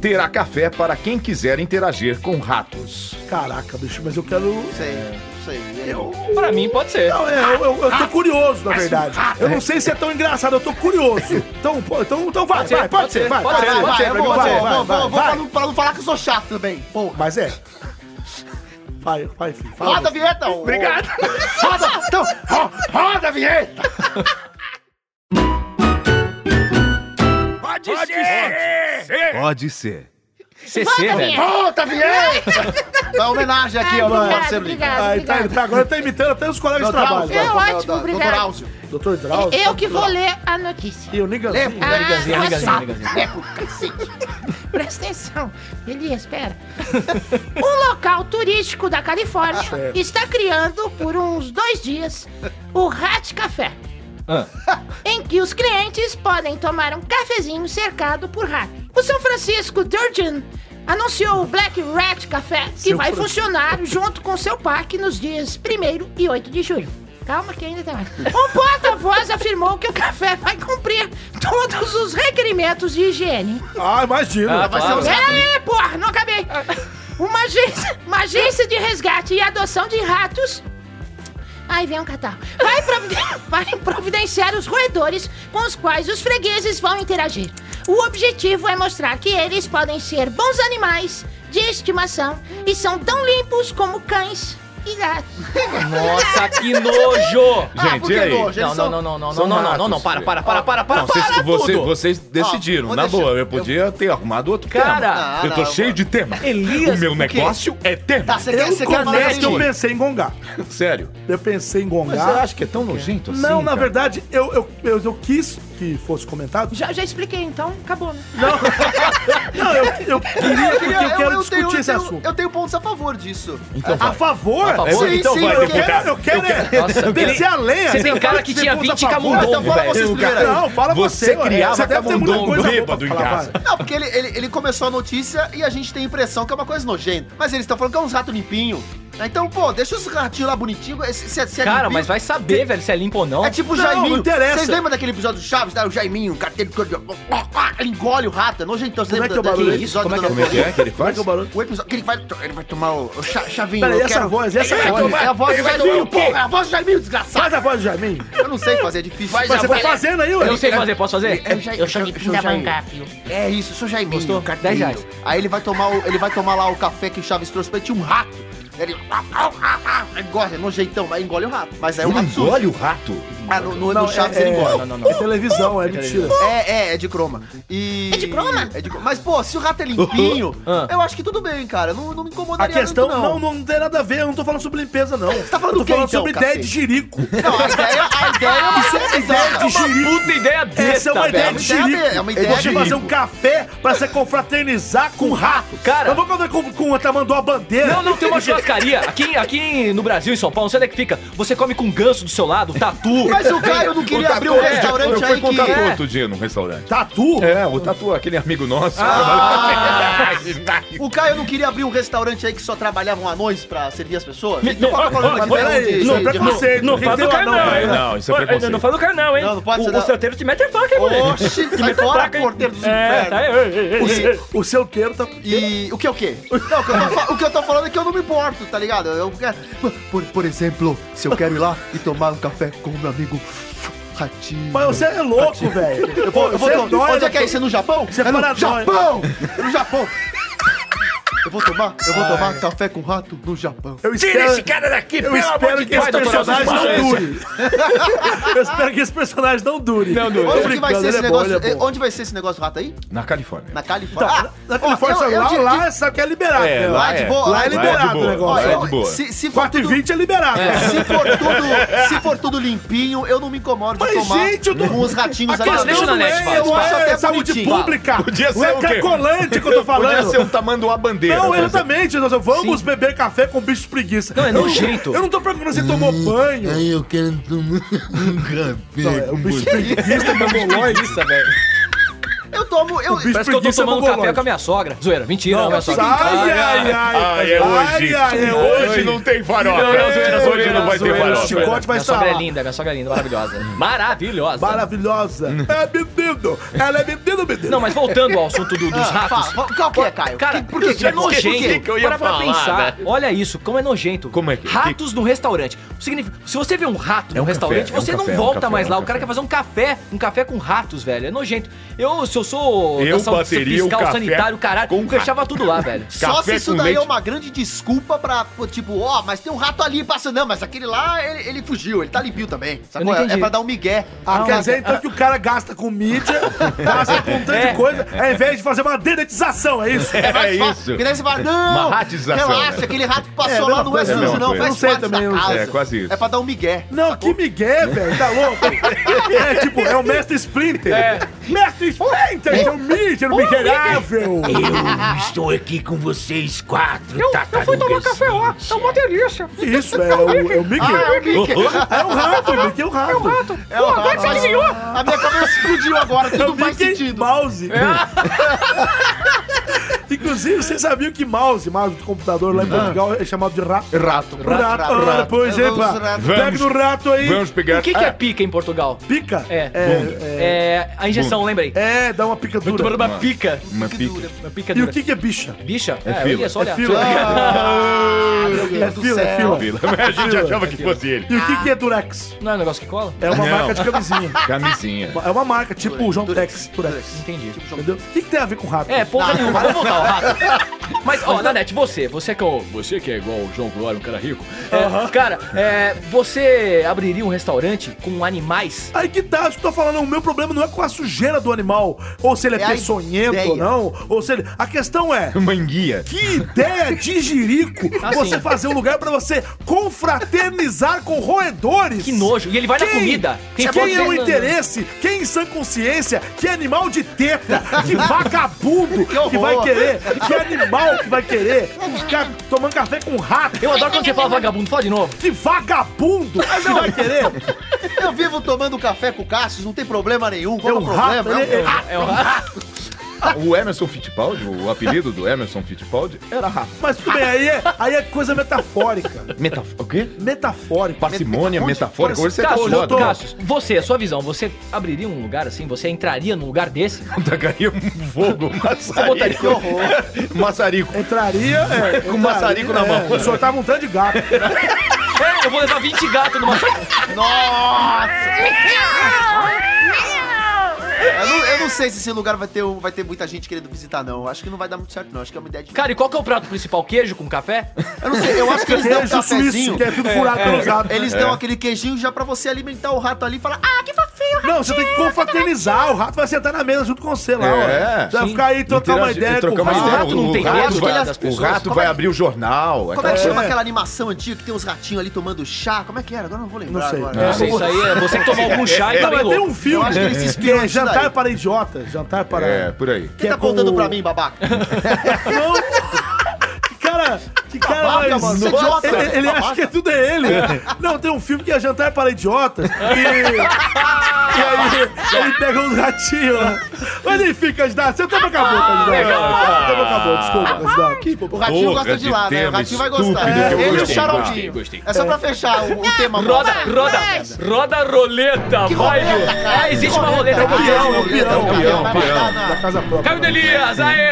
terá café para quem quiser interagir com ratos.
Caraca, bicho, mas eu quero...
Sei, sei. Eu...
Pra mim pode ser.
Não, é, eu, eu, eu tô curioso, na verdade. Eu não sei se é tão engraçado, eu tô curioso. Então, pô, então, então vai, vai, pode ser, vai.
pode
vai,
ser,
Vai, vai,
vai, vai,
eu
vai,
vou, vou,
vai, vai,
vou,
vai,
vou,
vai.
pra não- pra não falar que eu sou chato também. Pô,
Mas é. Vai, vai, filho. fala.
roda a vinheta. ô.
Obrigado.
Roda, então, ro- roda a vinheta.
Pode, ser. Pode ser.
CC,
Volta,
velho.
minha.
Volta a vinheta. Uma homenagem aqui ao meu
Obrigado,
parceiro.
Ah,
obrigado,
ele tá, ele
obrigado.
tá, agora ele tá imitando até os colegas de trabalho.
Drauzio.
vai.
É ótimo, obrigado.
Doutor Drauzio.
Eu que vou ler a notícia.
E o Niganzinho.
Lembra?
Ligazinho,
Ah,
ligazinho,
nossa,
ligazinho.
[LAUGHS] Presta atenção. Elias, espera. [LAUGHS] Um local turístico da Califórnia está criando, por uns dois dias, o Rat Café.
Ah.
Em que os clientes podem tomar um cafezinho cercado por ratos. O São Francisco Durgin anunciou o Black Rat Café, que vai funcionar junto com seu parque nos dias 1 e 8 de julho. Calma que ainda tem mais. Um porta-voz afirmou que o café vai cumprir todos os requerimentos de higiene.
Ah, imagino.
Ah, vai ser
Pera aí, porra, não acabei. Uma agência, uma agência de resgate e adoção de ratos. Aí vem um catarro. Vai, providen- [LAUGHS] vai providenciar os roedores com os quais os fregueses vão interagir. O objetivo é mostrar que eles podem ser bons animais de estimação e são tão limpos como cães e gatos.
Nossa,
[LAUGHS]
que nojo.
Ah,
Gente,
porque
e aí?
nojo,
Não,
eles
não,
são-
não, não, não,
são
não, não, não, não,
ratos,
não, para,
velho.
para, para, para, para,
Não, vocês,
para
você-
tudo.
vocês decidiram,
vou
na
deixar.
boa. Eu podia ter arrumado outro
Cara,
tema. Eu tô
não,
cheio
não.
de tema.
Elias,
o meu
o quê?
negócio é tema.
Tá, você
Eu
quer, você quer falar
confesso
assim?
que eu pensei em gongar.
Sério.
Eu pensei em gongar.
acha que é tão nojento
assim,
Não, na
cara?
verdade, eu, eu, eu, eu quis que fosse comentado.
[LAUGHS] Já, já expliquei, então acabou, né?
Não, eu, eu queria porque eu quero discutir
tenho,
esse
eu tenho-
assunto.
Eu tenho pontos a favor disso.
Então
A
vai.
favor?
A favor?
então
sim,
vai,
eu
Eu quero,
deputado.
eu quero, é
Nossa,
descer a lenha.
Você
um
tem
Eu
cara
quero
que
ser
tinha
contra
20
a favor.
camundongos,
Então fala
velho.
vocês primeiro aí.
Não, fala
Você
você. ué.
criava
Você deve ter muita
camundongo
coisa boa pra
bêbado em
falar,
casa.
vai.
Não, porque ele, ele, ele começou a notícia e a gente tem a impressão que é uma coisa nojenta. Mas eles estão falando que é uns ratos limpinhos. Então, pô, deixa os ratinhos lá bonitinho. Esse- se é- se é
Cara,
limpinho.
mas vai saber, velho, se é limpo ou não.
É tipo o
Não,
Jaiminho.
um não interessa.
Vocês lembram daquele episódio do Chaves, né? O Jaiminho, carteiro. Ele engole o rato. é Nojentão, vocês
Como é que é o
lembram daquele
barulho aí?
episódio
Como é
do-
Como é que é que ele faz?
O episódio que ele vai, ele vai tomar o, o cha- chavinho.
Peraí,
eu
essa
quero-
voz, essa
é,
voz.
É a voz do Jaiminho, pô. É a voz do Jaiminho, desgraçado.
Faz a voz do Jaiminho.
Eu não sei fazer, é difícil.
Faz
Mas você tá fazendo aí,
Eu não
ué?
sei fazer, posso fazer?
É o Jai-
Eu sou
o
de
Jai-
Pindamonhangá, filho.
É isso, eu sou Jaiminho.
Gostou?
carteiro.
10 reais.
Aí ele vai tomar o, ele vai tomar lá o café que o Chaves trouxe pra ele, tinha um rato. Ele engole, é nojeitão, mas engole o rato. Mas é um
Ele
rato sujo.
engole o rato.
Ah, no, no, no Chaves ele engole.
não, não. É televisão, é mentira.
É, é, é de croma. E...
É de croma?
É de croma. Mas, pô, se o rato é limpinho,
Ah.
eu acho que tudo bem, cara. Não, não me
Uhum. A
incomodaria
questão
muito,
não, não tem nada a ver, eu não tô falando sobre limpeza, não. Você
tá falando
eu
do
tô
quê,
falando
então,
sobre ideia de
cacete?
jirico.
Não, a ideia, a ideia é
Isso é uma ideia de jirico.
Puta ideia besta,
Essa é uma ideia
velho.
de
É uma
jirico.
ideia, é uma ideia
Você
de
fazer
jirico.
um café pra se confraternizar com rato.
Cara-
Eu vou contar com, com o Tamanduá Bandeira.
Não, não, tem uma churrascaria. Aqui, aqui no Brasil, em São Paulo, não sei onde é que fica. Você come com ganso do seu lado, tatu.
Mas o Caio não queria abrir um
é,
Eu
restaurante
fui
aí
com o
que...
Tatu
é.
outro dia num restaurante.
Tatu?
É, o Tatu, aquele amigo nosso.
Ah.
O Caio não queria abrir um restaurante aí que só trabalhavam anões pra servir as pessoas?
Me-
Então,
não,
qual é o problema
ó,
de
ó,
ter um
peraí,
de-
não,
de-
pra
de-
você-
Não,
Tem
não
que
faz
ter
do
um
cara,
anão,
não,
né?
hein?
Ah, Não, isso é
Ô,
preconceito.
Não faz do cara, não, hein?
Não, não pode
o,
ser,
o
não.
solteiro te mete a faca, hein, moleque?
Oxi, sai fora, porteiro dos
É,
infernos.
tá, ei, ei,
O,
ei,
[LAUGHS]
ei.
seu- né? o seu queiro tá...
E o que é o quê? Não, o que, eu tô, fa- o que eu tô falando é que eu não me importo, tá ligado? Eu quero. Por, por exemplo, se eu quero ir lá e tomar um café com o meu amigo Ratinho.
Mas você é louco, velho.
Eu vou, eu vou
Você
to-
doido,
Onde é que é isso? É no Japão?
Você é
é no
paranoia.
Japão! É no Japão! Eu vou tomar, eu vou tomar café com rato no Japão.
Eu espero,
cara daqui,
eu espero que esse
doutora
personagem
Suzy,
não dure. eu espero que esse personagem não dure. Não dure.
Onde que vai ser
é
esse negócio? eh, Onde Ah, vai ser esse negócio do rato aí?
Na Califórnia.
Na Califórnia.
Na Califórnia, lá, lá, sabe que é liberado.
É,
né?
lá
é.
de boa. Tá. Lá é
Lá é
de
liberado o
boa, lá
negócio.
é de boa.
Se, se for
4 e
tudo,
20 é liberado.
se for tudo, se for tudo limpinho, eu não me incomodo de
Mas,
tomar
gente, eu tô-
com os ratinhos
A questão
dentro.
não é- Nanete,
eu
fala.
acho
Até
é saúde
bonitinho.
pública.
Podia
Não
ser
é
o quê?
cacolante que eu tô
Podia ser
falando.
um tamanduá bandeira.
Não,
por exemplo.
exatamente. Nós vamos beber café com bicho preguiça.
Não, é
Eu
nojento.
Eu não tô perguntando se tomou
Hum.
banho.
Aí
[LAUGHS]
eu quero tomar um
Não,
café.
é o bicho preguiça é mongoloide.
Isso, velho.
Eu tomo, eu,
bicho
Parece que eu tô
preguiça é
tomando café
mongoloide.
com a minha sogra. Zoeira, mentira, não,
Não,
minha
mas-
sogra.
Ai, ai, ai.
Ai, é
Ai,
hoje.
ai, é
hoje
hoje.
não tem farofa.
Não, não, zoeira,
hoje
zoeira,
não vai ter
zoeira,
farofa.
zoeira. é, Chicote vai
minha sogra é
estar.
linda, minha sogra é linda, maravilhosa. Maravilhosa.
Maravilhosa. É menino. Ela é menino, menino.
Não, mas voltando ao assunto do-
Ah,
dos ratos.
Fala, qual que é, Caio?
Cara,
Que- por que que
é
é nojento?
nojento.
que eu ia
Para pra
falar, né?
pensar. Olha isso, como é nojento.
Como é que-
Ratos no restaurante. Significa, se você vê um rato
É
no
um
restaurante,
café, é um
você não
café, é um
volta
café,
mais
é um
lá. O
café.
cara quer fazer um café, um café com ratos, velho. É nojento. Eu, se eu sou
Eu
da saúde
bateria o
fiscal,
café
sanitário, caralho,
com
eu fechava tudo lá, velho.
Só
Café
se isso
com
daí
leite.
é uma grande desculpa pra, pô, tipo, ó, mas tem um rato ali passando. Não, mas aquele lá, ele, ele fugiu, ele tá limpinho também.
Eu não
Sacou? É,
entendi.
pra dar um migué.
Ah,
Não,
quer
mas-
dizer então que o cara gasta com mídia, gasta com um tanto
É.
de coisa, ao invés de fazer uma dedetização, é isso?
É,
mais fácil.
[LAUGHS] isso.
Porque daí você fala, não,
Uma ratização,
relaxa,
né?
aquele rato que
É,
passou
mesma
lá não é
coisa,
é
sujo,
mesma
não,
coisa.
faz
Eu não sei
parte
também, eu
da
não
sei.
casa.
É, quase isso.
É pra dar um migué.
Não, que migué, velho, tá louco? É tipo, é o mestre Splinter. Mestre Splinter, seu mídia, é miserável.
Eu estou aqui com vocês quatro,
Eu, eu fui tomar café lá, tá uma delícia.
Isso, é o, é o Mickey.
Ah, é o Mickey.
É o rato, o Mickey é o rato.
É o
agora você
rato.
adivinhou.
A minha cabeça explodiu agora,
É o
tudo faz
Mickey
sentido.
Mouse. [LAUGHS] Inclusive, vocês sabiam que mouse, mouse do computador lá em Portugal, é chamado de rato?
Rato, rato,
Rato,
rato,
ah,
rato.
pois é,
Eu uso
pá.
rato.
Pega no rato aí.
Vamos pegar.
O que,
[LAUGHS]
que é pica em Portugal?
Pica?
É.
É,
É, a injeção, lembrei.
é, dá uma
Eu tô
picadura.
tomando uma pica.
Uma pica.
Uma pica
E o
dura.
que, que é bicha?
Bicha? É,
fila.
olha só, olha.
É fila.
Deus
é
do
fila, é
céu.
fila.
Vila. A gente achava que fosse ele.
E o que, que é Durex?
Não é um negócio que cola?
É uma
Não.
marca de camisinha.
Camisinha.
É uma marca, tipo o João
Durex,
Tex, Durex.
Entendi.
Entendeu? O que, que tem a ver com rato?
É, porra nenhuma. Vamos voltar
[LAUGHS]
ao rato. Mas, ó, Nanete, você, você que é o...
Você que é igual o João Glória, um cara rico.
é, Cara, é, você abriria um restaurante com animais?
Aí que tá, isso que eu tô falando, o meu problema não é com a sujeira do animal, ou se ele é,
É a
peçonhento
ideia.
ou não, ou se ele... A questão é,
Manguia.
que ideia de jirico
Ah,
você
sim.
fazer um lugar pra você confraternizar com roedores.
Que nojo. E ele vai na
Quem-
comida.
Quem,
pode-
é o interesse? Quem em sã consciência? Que animal de teta? Que vagabundo que,
horror.
vai querer? Que animal que vai querer? Ficar tomando café com rato?
Eu adoro quando você fala vagabundo. Fala de novo.
Que vagabundo que vai querer?
Eu vivo tomando café com o Cassius, não tem problema nenhum. Qual
É
é o
um rato,
problema?
ele-
É um rato.
É o rato.
O Emerson Fittipaldi, o apelido do Emerson Fittipaldi era Rafa.
Mas tudo bem, aí é, aí é coisa metafórica.
Metaf... O quê?
Metafórica.
Parcimônia metafórica. Hoje você tá
Cássio,
foda.
Cássio, você, a sua visão, você abriria um lugar assim? Você entraria num lugar desse?
Tacaria um fogo, um
botaria-
maçarico. maçarico.
Entraria, é,
Com o maçarico na
é,
mão.
Soltava um tanto de gato.
É, eu vou levar 20 gatos numa.
Eu não, eu não sei se esse lugar vai ter, um- vai ter muita gente querendo visitar, não. Eu Acho que não vai dar muito certo, não. Acho que é uma ideia de.
[LAUGHS] Cara, e qual que é o prato principal? Queijo com café?
Eu não sei, eu acho que eles dão um
Queijo suíço,
cafezinho.
que é tudo furado pelos gatos.
Eles dão aquele queijinho já pra você alimentar o rato ali e falar, ah, que fofinho!
Não, você tem que confraternizar. O rato vai sentar na mesa junto com você lá,
É,
ó. Você vai
sim.
ficar aí trocar uma
Interagir-
ideia
trocar
com
uma
o rato.
ideia.
rato não tem
rato
medo
vai-
das pessoas.
O rato
Como
vai
é-
abrir o jornal.
Como é que
aquela-
chama aquela animação antiga que tem uns ratinhos ali tomando chá? Como é que era? Agora eu não vou lembrar
Não sei.
agora.
Não
Não sei, isso aí é você que tomar algum chá e tá
Não,
bem
mas tem
louco.
um filme
Eu acho que ele se
que
inspirou
é
nisso
Jantar
daí.
para Idiotas. Jantar para...
É, por aí.
Quem tá
que é
contando
com-
pra mim, babaca?
Não! Que Cara, que cara
Babaca,
mais-
mano, você é
Nossa,
idiota.
ele, ele acha que tudo é ele. Não, tem um filme que é Jantar para Idiotas. E, e aí ele pega uns ratinhos lá. Mas enfim, candidato, você também acabou, candidato. Você acabou, desculpa, candidato.
O ratinho
Porra
gosta de lá,
de
né? O
tema
ratinho vai gostar.
estúpido que eu
Ele e o
gostei,
Charaldinho.
gostei, gostei.
É só pra fechar o, o tema.
Roda,
mano.
roda,
Mas-
roda a roleta,
Que
vai,
roleta,
meu.
cara?
É, existe
Que
uma roleta.
roleta,
eu vou
cara?
dizer.
É o
peão, peão,
vai marcar
peão.
na-
Da casa própria.
Caio Delias, aê!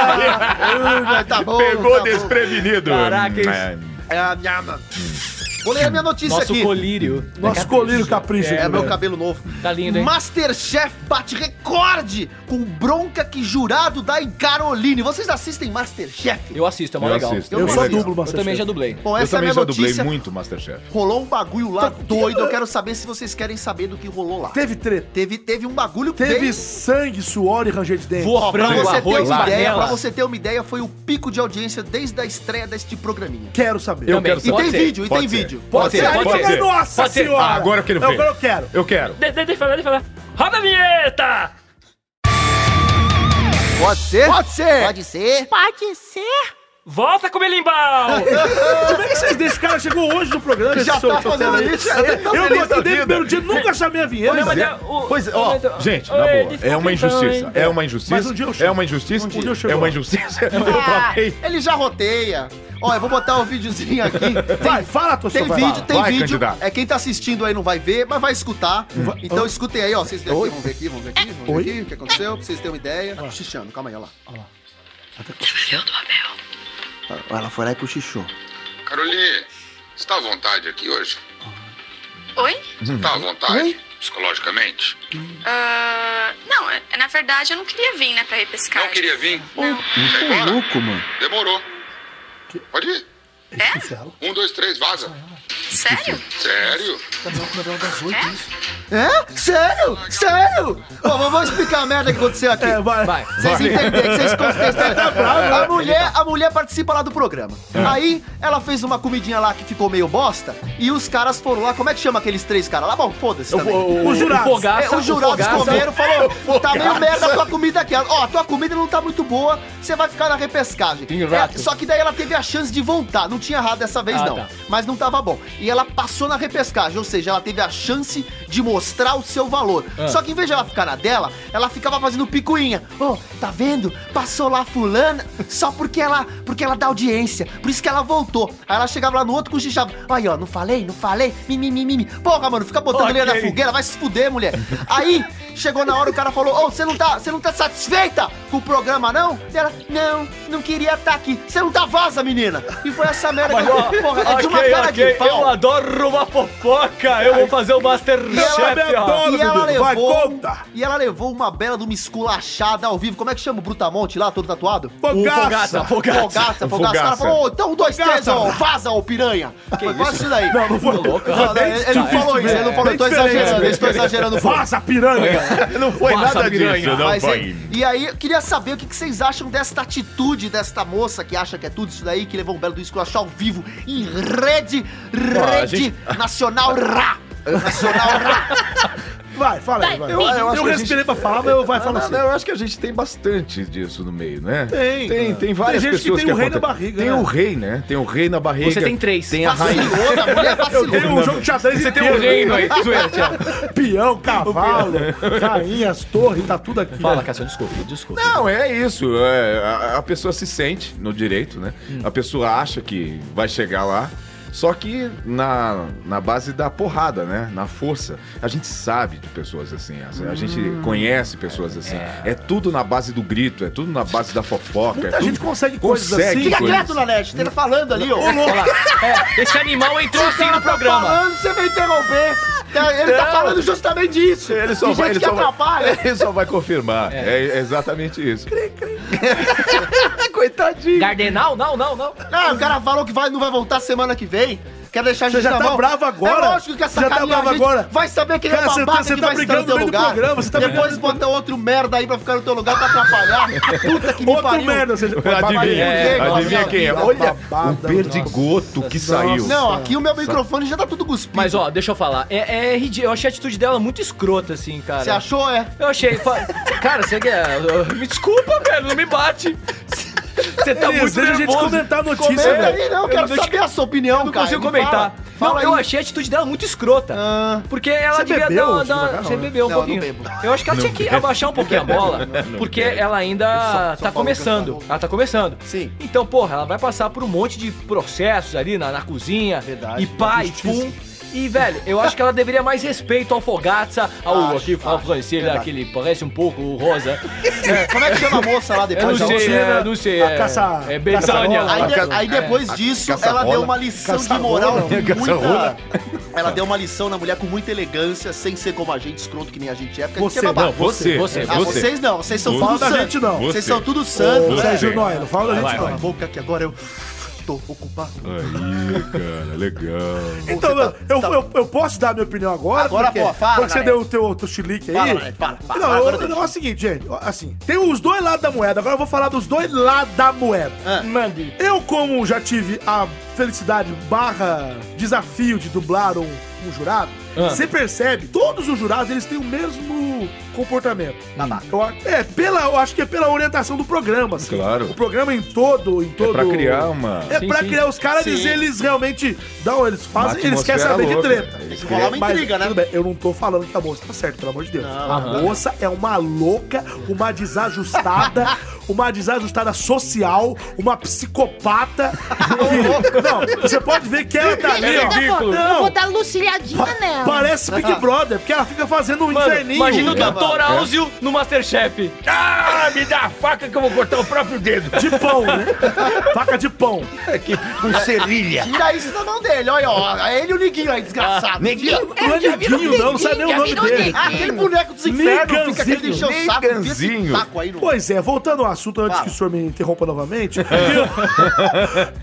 Ah, Tá bom,
Pegou
tá bom.
desprevenido.
Caraca, isso-
É,
É a minha... mano. Vou ler a minha notícia
Nosso
aqui.
colírio.
Nosso colírio capricho.
É,
aqui,
meu
velho.
cabelo novo.
Tá lindo, hein?
Masterchef bate recorde com bronca que jurado dá em Caroline. Vocês assistem Masterchef?
Eu assisto, é mó
Eu
legal.
assisto,
eu
Eu
bem
sou
legal.
duplo,
eu também já dublei.
Bom,
Eu
essa é a minha
também já dublei
notícia.
muito Tá Masterchef.
Rolou um bagulho lá doido. Eu quero saber se vocês querem saber do que rolou lá.
Teve treta.
Teve, teve um bagulho
Teve
bem...
sangue, suor e ranger de dente.
Voa
Pra
frango,
você, ter
arroz,
uma ideia, pra
panela.
você ter uma ideia, foi o pico de audiência desde a estreia deste programinha.
Quero saber.
Eu
Também,
quero
E
saber.
pode
tem
ser.
vídeo, e
Pode
tem
ser.
vídeo.
Pode ser,
Aí,
pode ser.
Nossa
Pode ser.
senhora!
Ah, agora eu quero ver.
Agora eu quero.
Eu quero.
De- de- Deixa eu falar, deixa eu falar. Roda a vinheta!
Pode ser? Pode ser!
Pode ser?
Pode ser?
Volta com
[LAUGHS]
o belimbau!
Como é que vocês deixam? Esse cara chegou hoje no programa.
Já
esse
tá
seu-
fazendo
seu-
isso, ele tá
Eu tô
feliz da
aqui desde o
vida.
primeiro dia, nunca chamei a vinheta.
Não, mas
é.
é o-
Pois é, ó,
o-
gente,
Oi,
na boa,
desculpa,
é uma
então,
injustiça,
hein?
é uma injustiça,
Mas um dia eu chego.
é uma injustiça,
Um dia [LAUGHS] eu chego
é uma
lá.
injustiça, eu travei.
Ele já roteia. Ó, eu vou botar o videozinho aqui.
Vai, fala a tua
Tem
sua-
vídeo,
fala.
tem
Vai,
vídeo.
candidato.
É quem tá assistindo aí não vai ver, mas vai escutar. Então escutem aí, ó. Vocês daqui, vão ver aqui, vão ver aqui, vão ver aqui o que aconteceu, pra vocês terem uma ideia. Cochichando, calma aí, ó lá. Olha lá. Ela foi lá e cochichou.
Caroline, você tá à vontade aqui hoje?
Oi?
Você tá à vontade, psicologicamente?
Ah, não, é- na verdade eu não queria vir, né, pra ir pescar.
Não queria vir?
Ô, é louco, mano. é
Demorou. Pode ir.
Marcelo.
Um, dois, três, vaza.
É? Sério?
Sério?
É? Sério? Sério? Ó, vou- vou explicar a merda que aconteceu aqui.
É, vai. É
Vai.
Vocês entenderem, que vocês contestem.
[LAUGHS]
A mulher, a mulher participa lá do programa. Aí ela fez uma comidinha lá que ficou meio bosta. E os caras foram lá. Como é que chama aqueles três caras lá? Bom, foda-se também.
Os jurados.
O Fogaça,
É, os jurados
Fogaça.
comeram
[LAUGHS]
e falou: tá meio merda a tua comida aqui. Ó, a tua comida não tá muito boa, você vai ficar na repescagem.
Tem rato.
É, só que daí ela teve a chance de voltar. Não tinha errado dessa vez,
Ah,
não.
tá.
Mas não tava bom. E ela passou na repescagem, ou seja, ela teve a chance de mostrar o seu valor.
Ah.
Só que em vez de ela ficar na dela, ela ficava fazendo picuinha. Ô, tá vendo? Passou lá fulana só porque ela, porque ela dá audiência. Por isso que ela voltou. Aí ela chegava lá no outro com xixava. Aí, ó, não falei, não falei. Mimimimimi. Porra, mano, fica botando lenha na fogueira, vai se fuder, mulher. Aí, chegou na hora, o cara falou: Ô, você não tá, você não tá satisfeita com o programa, não? E ela, não, não queria estar aqui. Você não tá vaza, menina. E foi essa merda
[LAUGHS]
que eu. Porra, é de uma
Ok,
cara
ok,
de
eu
pau.
adoro uma fofoca, eu vou fazer o Masterchef, ó.
Eu adoro,
E ela,
Dudu. Vai,
levou,
conta.
e ela levou uma bela de uma esculachada ao vivo. Como é que chama o Brutamonte lá, todo tatuado?
Fogaça.
Fogaça, fogaça. O cara falou, ô, então um, dois, três, ó, vaza, ô piranha. Foi quase isso daí.
Não, não foi.
Não, não, ele não falou isso, ele não falou, eu tô
diferente,
exagerando,
bem
eu tô exagerando. um
Vaza, piranha.
Não foi
Passa
nada
piranha.
disso, é não
Mas,
foi.
hein, e aí, eu queria saber o que que vocês acham desta atitude desta moça que acha que é tudo isso daí, que levou um belo do esculachar ao vivo em rede,
Ah, a
rede
gente-
nacional rá. Nacional rá.
Vai, fala aí, vai.
Vai, eu- eu acho que a gente-
respirei pra falar, mas eu vai falar
Ah, Não,
assim.
não, eu acho que a gente tem bastante disso no meio, né?
Tem,
Tem,
cara.
tem várias
Tem gente que
pessoas
tem o rei na
acontece.
barriga,
Tem
né?
o rei, né? Tem o rei na barriga.
Você tem três.
Tem a rainha.
Vacilou, da mulher
Eu
vacilou.
tenho um jogo de xadrez
Você tem um
inteiro.
[LAUGHS]
reino
é
aí. Zoeira, tchau.
um-
Peão, cavalo, rainhas, torre, tá tudo aqui.
Fala, Cassiano, desculpa, desculpa.
Não, é isso. é, a, a pessoa se sente no direito, né? A pessoa acha que vai chegar lá. Só que na, na base da porrada, né? Na força. A gente sabe de pessoas assim. A, a gente conhece pessoas assim. É... tudo na base do grito, é tudo na base da fofoca. é
Muita gente
tudo-
consegue coisas assim.
Fica
coisas.
quieto, Nanete, tá falando ali, ó.
um-
É, esse animal entrou assim no programa.
falando, você vai interromper. Ele tá falando justamente disso.
Ele só
Tem
vai,
gente
ele
que
só vai-
atrapalha.
[LAUGHS] ele só vai confirmar. É, é exatamente isso.
Coitadinho.
Gardenal? Não, não, não.
Ah, o cara falou que vai, não vai voltar semana que vem. Quer deixar a gente
já
na
tá
mão.
bravo agora?
É lógico que essa
Já tá
carinha, a
bravo
gente
agora?
Vai saber quem
Cara,
é o
você tá-
babaca
você
que
tá
vai
brigando
estar no teu
no meio do
lugar.
programa, você tá
Depois bota outro merda aí pra ficar no teu lugar pra atrapalhar. Puta que me
Outro
pariu.
merda, você já
Adivinha,
É,
adivinha
nossa,
quem é?
vida
Olha o
babada,
perdigoto que saiu.
Não, aqui o meu microfone já tá tudo cuspido.
Mas ó, deixa eu falar. É, é ridículo. Eu achei a atitude dela muito escrota, assim, cara.
Você achou, é?
Eu achei. fa- Cara, você quer. Me desculpa, velho, não me bate. Você tá muito
Deseja a gente
nervoso.
comentar a notícia,
Comenta
velho.
aí, não, eu quero
não-
saber a sua opinião,
Eu não
cara.
consigo
Me
comentar.
fala. Fala
não,
aí.
eu achei a atitude dela muito escrota.
Ah.
Porque ela
Você
devia
bebeu,
dar,
Chico
dar-
Bacana,
Você
né?
bebeu um
Não, eu
pouquinho.
não bebo.
Eu acho que ela tinha que abaixar um pouquinho a bola, porque ela ainda tá
Paulo
começando.
quer.
Ela tá começando.
Sim.
Então, porra, ela vai passar por um monte de processos ali na, na cozinha.
Verdade.
E pá, e pum. E, velho, eu acho que ela deveria mais respeito ao Fogaça, ao
Acho,
aqui, ao
acho.
Francês,
Verdade.
aquele parece um pouco o Rosa. É,
Como é que chama a moça lá
eu não
depois?
um
A
sei,
outra?
né?
é, não sei.
a
é-
caça-
É Betânia.
Aí, de-
Caça-
aí depois disso, ela
caça-rola.
deu uma lição de moral
Caça-rola,
com
né? Caça-rola.
muita... Ela deu uma lição na mulher com muita elegância, sem ser como a gente, escroto que nem a gente é, porque
Você
a gente é
não,
babaca.
Você,
você,
você,
Ah, vocês não, vocês são
Você.
tudo
Fala da
santo.
gente, não.
Vocês são tudo
Ô,
santo. né?
Sérgio Noia, não fala da gente
Cala a
não.
boca que agora eu tô ocupado.
Aí, cara, legal.
Então,
Você tá-
eu,
tá-
eu, eu posso dar a minha opinião agora?
Agora,
porque,
pô, fala,
Porque você
Nanete.
deu o teu, teu chilique aí.
Fala, Nanete, fala, fala,
Não,
agora
eu-
deixa.
o negócio é o seguinte, gente. ó, Assim, tem os dois lados da moeda. Agora eu vou falar dos dois lados da moeda.
Ah.
Mande.
Eu, como já tive a felicidade barra desafio de dublar um, um jurado,
Ah.
você percebe, todos os jurados, eles têm o mesmo comportamento.
Babaca.
Eu, a- é, pela, eu acho que é pela orientação do programa, assim.
Claro. É
O programa em todo, em todo...
pra criar uma-
É
Sim,
pra
sim.
criar os caras, eles,
Sim.
eles realmente... Não, eles
Uma
fazem, eles querem
atmosfera
saber
louca.
de treta.
Eles
que rolar uma
Mas,
intriga, né?
tudo bem, eu não tô falando que a moça tá certa, pelo amor de Deus. a moça é uma louca, uma [LAUGHS] desajustada, uma desajustada social, uma psicopata. que- não, você pode ver que ela tá ali,
Eu
ó.
vou-
Não.
Eu vou dar lucilhadinha
pa-
nela.
Parece Big Brother, porque ela fica fazendo um
Mano,
inferninho.
imagina o
É.
doutor Áuzio no Masterchef.
Ah, me dá a faca que eu vou cortar o próprio dedo.
De pão, né? Faca de pão.
Com [LAUGHS] serrilha.
Tira isso da mão dele, olha, ó. É ele e o Niguinho aí, desgraçado. Neguinho.
Não é neguinho, não, não sabe nem o nome dele.
Ah, aquele boneco dos infernos fica aquele encheu o saco. enfia esse
Niganzinho.
taco aí no...
Pois é, voltando ao assunto, antes
Fala.
que o senhor me
[LAUGHS]
interrompa novamente,
É.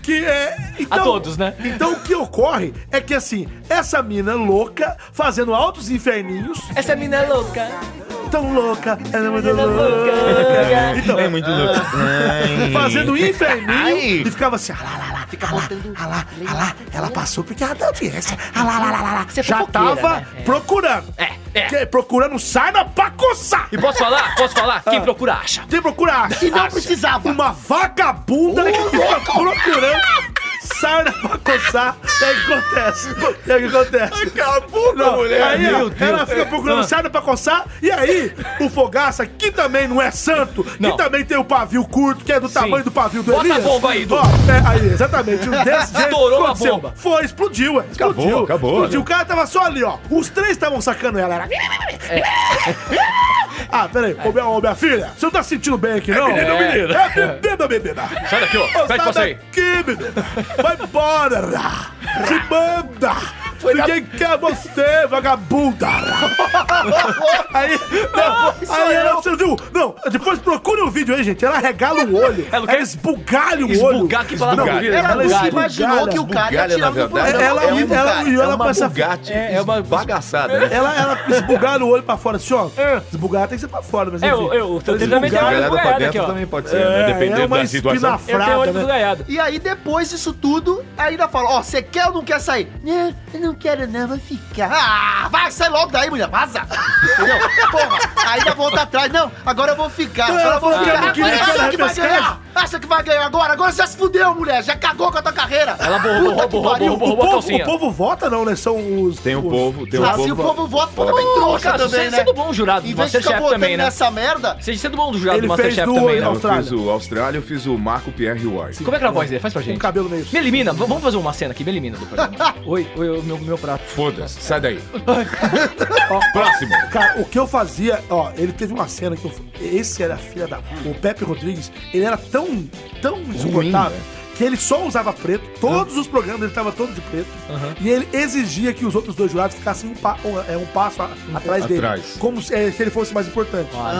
que, que é. Então,
A todos, né?
Então o que ocorre é que assim, essa mina louca, fazendo altos inferninhos,
Essa mina é louca.
tão louca, ela é muito
Ela é
louca.
louca.
Então,
É muito louco.
fazendo inferninho
Ai.
e ficava assim, ah lá, lá, lá, fica ah lá, ah lá, ela passou porque ela dá audiência, ah lá, lá, lá, lá, lá.
Você é
Já
fofoqueira,
tava
né? É.
procurando.
É, é.
Que- procurando sarna pra coçar.
E posso falar? Posso falar? Quem procura acha.
Quem procura acha.
E não precisava.
Uma vagabunda que fica procurando sarna pra coçar. E aí É o que acontece? E aí o que acontece?
Acabou com a mulher.
aí, ó,
Meu
ela fica procurando sarna pra coçar, e aí, o Fogaça, que também não é santo,
Não.
que também tem o pavio curto, que é do tamanho do pavio do
Bota a
Elias.
bomba aí, Du.
Ó, é, aí,
[LAUGHS]
exatamente. Desse jeito,
Estourou a
aconteceu.
bomba.
Foi, explodiu, ué,
Acabou,
explodiu.
acabou,
Explodiu,
né?
o cara tava só ali, ó. Os três estavam sacando ela, era...
É.
[LAUGHS] Ah, peraí, ô minha, ô minha filha, você não tá se sentindo bem aqui, não?
menino,
é.
menino.
É menina, menina.
Sai daqui, ó.
Ô,
Sai de você aí.
daqui, menina. Vai embora, rá. se manda. Ninguém quer você, vagabunda. aí, não, aí ela, você viu? Não, depois procura o vídeo aí, gente. Ela regala o olho.
Ela
Ela,
quer
esbugalha o olho.
Esbugar, que palavra
Esbugar.
horrível.
Ela não se
esbugalha,
imaginou que o cara ia
esbugalha,
tirar
na
do
verdade.
programa.
Ela,
É
ela,
um
ela, e ela,
uma
com essa-
Bugatti
É, é uma-
bagaçada, né?
ela, ela esbugalha o olho pra fora, assim, ó. Esbugar tem que ser pra fora, mas
É,
enfim.
eu- eu- eu tô
Ela
tentando
tá
esbugalha.
melhorar.
Galera pra
Bugada
dentro
aqui, ó.
também pode ser,
É,
né?
é
Dependendo
uma
da situação.
espinafre-
Eu tenho
Frada,
olho
né?
do gaiado.
E aí, depois disso tudo, ainda fala, ó, você quer ou não quer sair? Não, eu não não quero não, vou ficar. Ah, vai, sai logo daí, mulher, vaza. Entendeu? [LAUGHS] Porra, ainda volta atrás. Não, agora eu vou ficar, agora eu vou
Ela falou que
ficar.
eu não queria
Acha
ficar na
que vai
repescagem?
ganhar? Acha que vai ganhar agora? Agora você se fudeu, mulher, já cagou com a tua carreira.
Ela borrou,
Puta
borrou,
que
borrou,
pariu.
borrou,
O
borrou a
povo,
calcinha.
o povo vota, não, né? São os.
Tem o povo, tem o
Ah,
povo.
se o povo vota, pô,
Vota.
também trouxa
Cara,
também,
você
né?
sendo bom jurado
Em
do
vez de ficar
Masterchef
votando
também, né?
nessa merda,
Você sendo bom do jurado
Ele
do
fez
Masterchef
duas,
também, né?
É, Eu
Austrália.
fiz o Austrália, eu fiz o Marco Pierre White.
Como é que era a voz dele? Faz pra gente.
Com cabelo meio.
Me elimina, v- vamos fazer uma cena aqui, me elimina do programa. Oi, oi, oi, meu, meu prato.
Foda-se,
[LAUGHS]
sai daí. Próximo.
Cara, o que eu fazia, ó, ele teve uma cena que eu. Esse era filha da. O Pepe Rodrigues, ele era tão, tão insuportável
né?
que ele só usava preto, todos os programas ele tava todo de preto, e ele exigia que os outros dois jurados ficassem um, pa- um- é, um passo a- atrás dele.
Atrás.
Como se, é, se ele fosse mais importante.
Ah,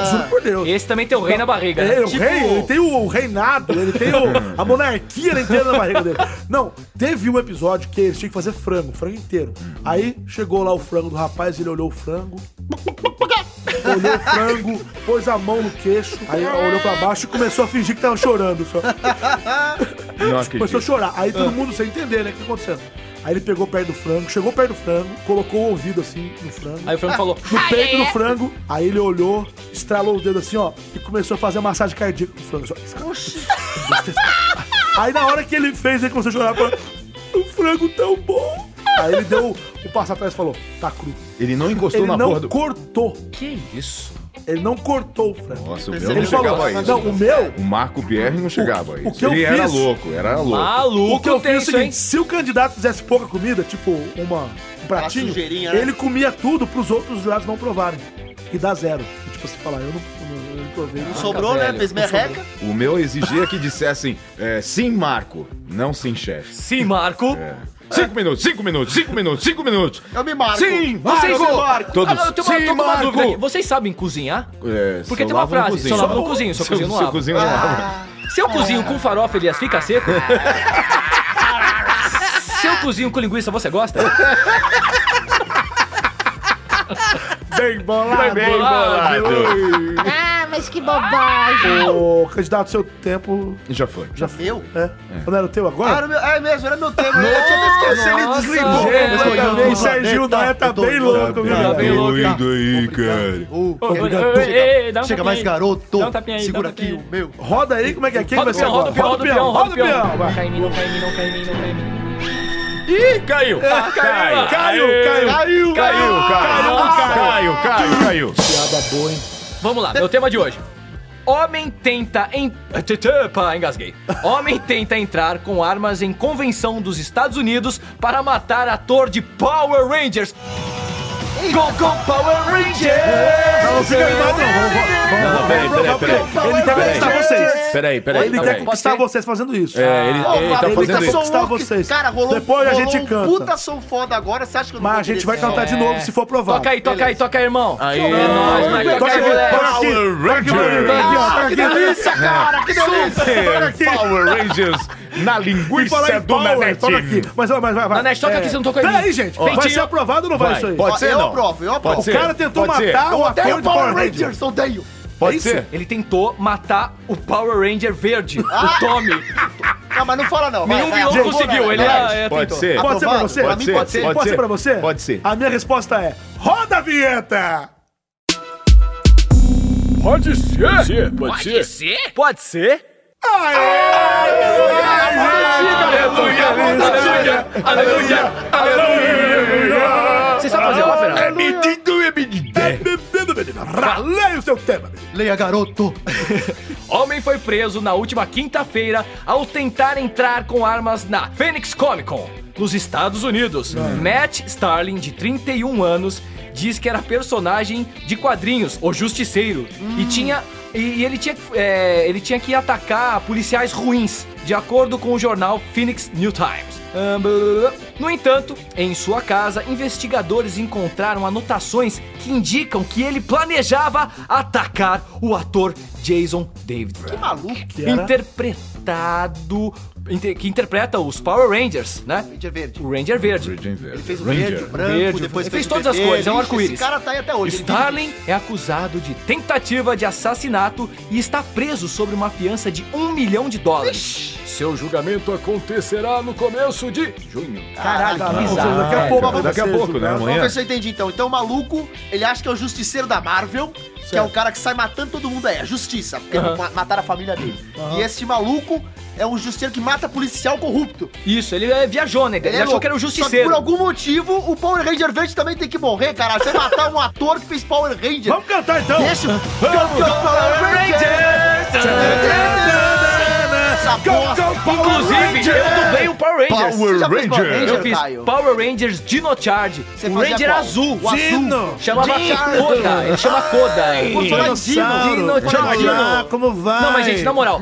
mentira.
Juro por Deus.
Esse também tem o rei na barriga, né?
É, o rei, ele tem o, o reinado, ele tem o- a monarquia na inteira na barriga dele. Não, teve um episódio que eles tinham que fazer frango, frango inteiro. Aí chegou lá o frango do rapaz, ele olhou o frango. Olhou o frango, pôs a mão no queixo, aí olhou pra baixo e começou a fingir que tava chorando. Só.
Não
Começou a
acredito.
chorar. Aí todo mundo sem entender, né? O que tá acontecendo? Aí ele pegou perto do frango, chegou perto do frango, colocou o ouvido assim no frango
Aí o Franco falou,
no peito do frango. Aí ele olhou, estralou os dedos assim, ó, e começou a fazer uma massagem cardíaca pro frango. Só... Aí na hora que ele fez, ele começou a chorar, falou, o frango tão bom. Aí ele deu o passo atrás e falou, tá cru.
Ele não encostou
Ele
na
não
porra do...
cortou,
que isso?
ele não cortou o frango.
Nossa, o meu
ele
não chegava
falou,
a isso.
não, o meu...
O Marco Pierre não chegava a
o
isso.
que eu
Ele era
fiz-
louco, era louco.
Maluco,
O que eu fiz é o
tenso, hein?
seguinte, se o candidato fizesse pouca comida, tipo uma, um pratinho,
sujeirinha, né?
ele comia tudo pros outros jurados não provarem. E dá zero. E, tipo, você falar, eu não, eu não provei.
não
não
sobrou, né?
velho,
Fez merreca.
O meu exigia que dissessem é, sim, Marco, não sim, chefe.
Sim, Marco.
É. Cinco minutos, cinco minutos, cinco minutos, cinco minutos.
Eu me marco.
Sim,
Marco,
Marco!
eu me marco.
Todos,
Ah, não, eu tenho uma,
sim,
tô com uma dúvida aqui.
Marco!
Vocês sabem cozinhar?
É,
Porque tem
só
uma
lava no
frase,
cozinho.
só lava no cozinho, só
Seu-
cozinho não
seu
lava.
cozinho não lava.
Se eu cozinho com farofa, Elias, fica [LAUGHS] seco? Se eu cozinho com linguiça, você gosta?
Bem bolado.
Ah, mas que bobagem.
Ô, candidato, seu tempo
Já foi.
já foi.
Eu?
É. Não era o teu
Ah,
agora?
era meu, é mesmo, era meu tempo. Eu tinha até esquecido, ele
Nossa,
desligou.
gente,
Completamente.
eu tô-
Serginho
eu tô-
Noé tá
eu tô-
bem
eu tô-
louco, viu?
Tá bem
galera?
louco, tá?
aí, cara.
Ô,
Oi,
Obrigado.
oi, oi, ei, ei, dá um
Chega
tapinha
mais,
aí.
garoto.
Dá um tapinha aí,
Segura
dá um tapinha
aqui o
aí.
meu.
Roda aí, como é que é? Quem que
Roda
vai
o
ser
peão, roda
agora?
o peão, roda o peão, roda o peão. Não
vai.
cai em mim, não cai em mim, não cai em mim, não cai em mim.
Ih, caiu! Caiu,
Caiu, caiu.
caiu, caiu, caiu, caiu, caiu, caiu.
Piada boa, hein?
Vamos lá, meu tema de hoje. Homem tenta em... Epa, engasguei. Homem tenta entrar com armas em convenção dos Estados Unidos para matar ator de Power Rangers. Go, go, Power Rangers!
Não, não fica animado, não. Vamos, vamos,
Não, peraí,
vamos,
peraí,
vamos, vamos,
peraí.
vamos. Ele quer
Peraí.
conquistar vocês.
Peraí, peraí,
Ele
peraí.
quer conquistar vocês fazendo isso.
É, ele,
Ô,
ele tá
Fábio,
fazendo
eu
isso.
sou
Conquistar
um-
vocês.
Cara, rolou
Depois a
rolou
gente
um
canta.
Puta som foda agora, você acha que eu não
Mas
vou
a gente
querer
vai
esse som?
cantar de novo, se for provado.
Toca aí, toca aí, toca aí, irmão.
Aí,
é nóis,
Power
moleque. Toca aí,
Rangers.
moleque.
Power
Aqui,
Rangers!
ó, tá
Ah, que
aqui.
delícia, cara, que delícia.
Power Rangers na
E falar
linguiça
em
é do
power, toca aqui.
Nanete.
Mas, ó, mas vai, vai.
Nanete, toca aqui, você não tocou em mim.
Peraí, gente. Vai
Peitinho.
ser aprovado ou não vai,
Vai,
isso aí?
pode ser
Eu
não?
aprovo, eu aprovo.
Pode ser,
O cara tentou
pode ser.
matar o ator
Odeio
de Power Rangers.
Rangers, odeio.
Pode
É isso?
ser?
Ele tentou matar o Power Ranger verde, o Tommy.
Não, mas não fala não. Ah! vai,
Nenhum
vai,
vilão
vai,
conseguiu,
vai,
ele
vai.
é, é,
Pode
tentou.
ser?
Pode ser pra
Aprovado.
você?
Pra
mim, pode ser.
Pode ser pra você?
Pode ser.
A minha resposta é: roda a vinheta!
Pode ser. Pode ser. Pode ser? Pode ser.
Aleluia, aleluia, aleluia, aleluia.
Você sabe fazer
né?
ópera?
É medido, é medido.
Ralei o seu tema!
Leia, garoto.
Homem foi preso na última quinta-feira ao tentar entrar com armas na Phoenix Comic Con, nos Estados Unidos. Matt Starling, de 31 anos, diz que era personagem de quadrinhos, o Justiceiro, e tinha e ele tinha, que- é, ele tinha que atacar policiais ruins, de acordo com o jornal Phoenix New Times. Ah, blá, blá, blá. No entanto, em sua casa, investigadores encontraram anotações que indicam que ele planejava atacar o ator Jason David,
É. Que maluco.
Que era?
interpretado inter- que interpreta os Power Rangers, né?
Ranger Verde.
O Ranger Verde.
Ele
fez o verde, o branco, depois
Ele
fez
fez
o
todas as
vermelho.
cores, é um arco-íris.
Esse cara tá aí até hoje.
Starling é acusado de tentativa de assassinato e está preso sobre uma fiança de um milhão de dólares. Seu julgamento acontecerá no começo de junho.
Caralho,
Caralho,
que bizarro.
daqui a pouco vai acontecer isso, né?
Vamos ver se eu entendi então. Então o maluco, ele acha que é o justiceiro da Marvel, que é o cara que sai matando todo mundo aí, a justiça, porque
Aham.
ma- mataram a família dele.
Aham.
E esse maluco é um justiceiro que mata policial corrupto.
Isso, ele é, viajou, né? Ele,
é
achou
louco.
que era o
Só que
justiceiro.
por algum motivo, o Power Ranger Verde também tem que morrer, cara. Você matar um ator que fez Power Ranger. Vamos
cantar então.
Deixa. Vamos,
Power
Essa bosta.
Inclusive, eu dublei o Power Rangers.
Power
Você já fez Power
Ranger.
Rangers? Eu fiz
Caio?
Power Rangers Dino Charge. o
fazia
Ranger
qual?
azul. O
Dino.
azul. Chamava
Dino.
Koda. Ele chama Koda.
Por falar em Dino,
Dino
como
Charge.
vai? Como vai?
Não, mas gente, na
[LAUGHS]
moral.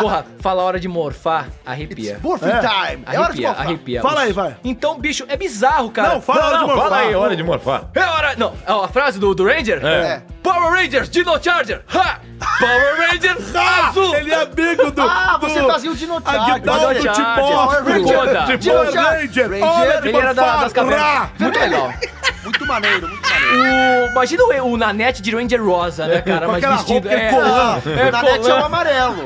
Porra, fala a hora de morfar, arrepia.
morphing É. time. É
Arrepia,
hora de morfar.
arrepia.
Fala aí, vai.
Então, bicho, é bizarro, cara.
Não, fala a hora de morfar.
Fala aí, hora de morfar. [LAUGHS]
É hora. Não, ó, a frase do, do Ranger?
É.
Power Rangers, Dino Charger! Ha! Power
[LAUGHS]
Rangers azul!
Ele é amigo do.
Ah, você fazia o Dino Charger.
Aguinaldo
Dino
Tipo,
Charger, Power Ranger.
Tipo,
Dino
Ranger,
Charger.
hora de
Ele era da- das
morfar,
cavernas.
rá.
Muito legal.
Muito maneiro, muito maneiro.
O, imagina o, o Nanete de Ranger Rosa, né, cara?
com
Mas
aquela
vestido.
roupa que é colã.
É,
Na net é o
colã.
amarelo.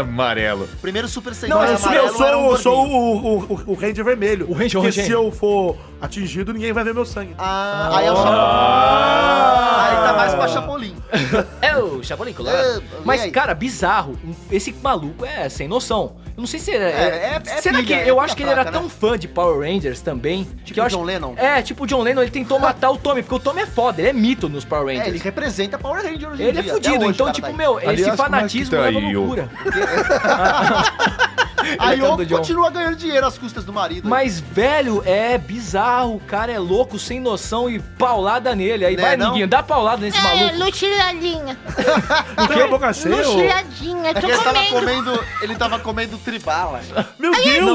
Amarelo.
Primeiro Super Sentai
Não, eu sou, eu
amarelo era um
sou, eu sou
gordinho.
o, o, o- o Ranger Vermelho. O
Ranger
Porque
Ranger.
se eu for atingido, ninguém vai ver meu sangue.
Ah, aí é o Chapolin.
Ah.
Aí tá mais pra Chapolin.
É o Chapolin, claro.
É, e
Mas,
aí?
cara, bizarro. Um, Esse maluco é sem noção. Eu não sei se ele é.
É, é- é
será
pilha,
que.
é
eu
pilha
acho que ele era
fraca,
tão
né?
fã de Power Rangers também. que eu
o
acho-
John Lennon.
É, tipo o John Lennon,
[LAUGHS]
ele tentou matar o Tommy, porque o Tommy é foda, ele é mito nos Power
É, ele
Rangers.
representa Power Ranger hoje em
ele é
dia,
fudido,
até hoje,
então,
cara,
tipo,
tá aí.
meu, esse
Aliás, como é que
fanatismo
tá
é uma
aí o-
loucura.
[LAUGHS] Aí
Ele é do
eu
John.
continua ganhando dinheiro às custas do marido.
Mas, velho, é bizarro, o cara é louco, sem noção e paulada nele. Aí
Né,
vai,
não?
Niguinho, dá paulada nesse
É,
maluco.
luxuradinha.
Ah, Não
tá.
tem a boca cheia? ô?
Luxuradinha.
É
Tô
que
tá
ele tava
comendo.
comendo, ele tava comendo tribala.
Meu
é
Deus!
Quem não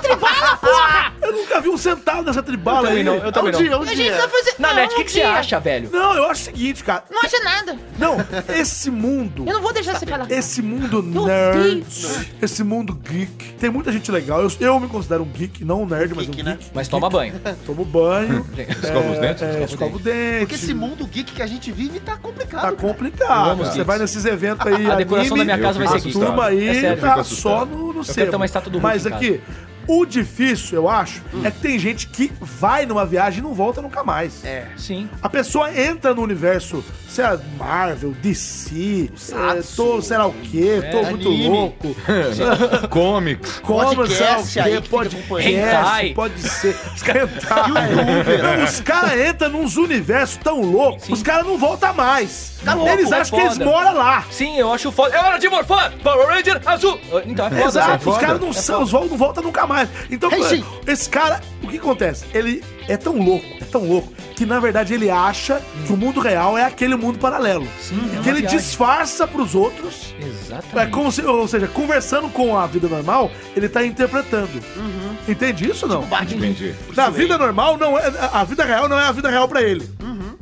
[LAUGHS]
tribala,
Ah,
porra?
Eu nunca vi um centavo dessa tribala
também
aí.
não, eu
É um
também não.
dia, é um
A gente
dia.
tá fazendo...
Nanete, o
um
que, que você
dia.
acha, velho?
Não, eu acho o seguinte, cara.
Não acha nada.
Não, esse mundo.
Eu não vou deixar você falar.
Esse mundo
Meu
nerd,
Deus.
esse mundo geek. Tem muita gente legal. Eu, eu me considero um geek, não um nerd, mas um
Geek, né?
geek.
Mas toma banho.
Tomo
[LAUGHS]
banho,
Escova os dentes?
é, escovo o dente.
Porque esse mundo geek que a gente vive tá complicado.
Tá
cara.
complicado.
Vamos,
Você
geeks.
vai nesses eventos aí.
A decoração da minha
Eu
casa vai
fico
ser geek.
A
assustado.
turma aí
É sério.
fico
tá
assustado.
só no, no
quero ter uma estátua do Hulk
Mas
em casa.
aqui, o difícil, eu acho, é que tem gente que vai numa viagem e não volta nunca mais. É.
Sim.
A pessoa entra no universo, sei lá, Marvel, DC, é, tô, sei lá o quê,
é,
tô muito
anime.
louco.
Comics.
Como, sei lá o
Podcast aí
quê,
que fica
podcast,
acompanhando. né?
pode
[LAUGHS]
ser. Hentai. Não, Os caras entram num universos tão loucos, os caras não voltam mais.
Tá
eles
louco, é
acham que eles
foda.
moram lá.
Sim, eu acho foda. É hora de morfar! Power Ranger azul! Então é foda.
Exato,
essa
os
foda.
caras não são, os vol- não voltam nunca mais. Então,
Hey, sim.
esse cara, o que acontece? Ele é tão louco, é tão louco, que na verdade ele acha que o mundo real é aquele mundo paralelo.
é uma
que ele
viagem.
disfarça pros outros.
né?
É
Exatamente.
como se, ou seja, conversando com a vida normal, ele tá interpretando.
Uhum.
Entende isso
Tipo,
ou não?
Entendi.
Na vida normal, não é, a a vida real não é a vida real pra ele.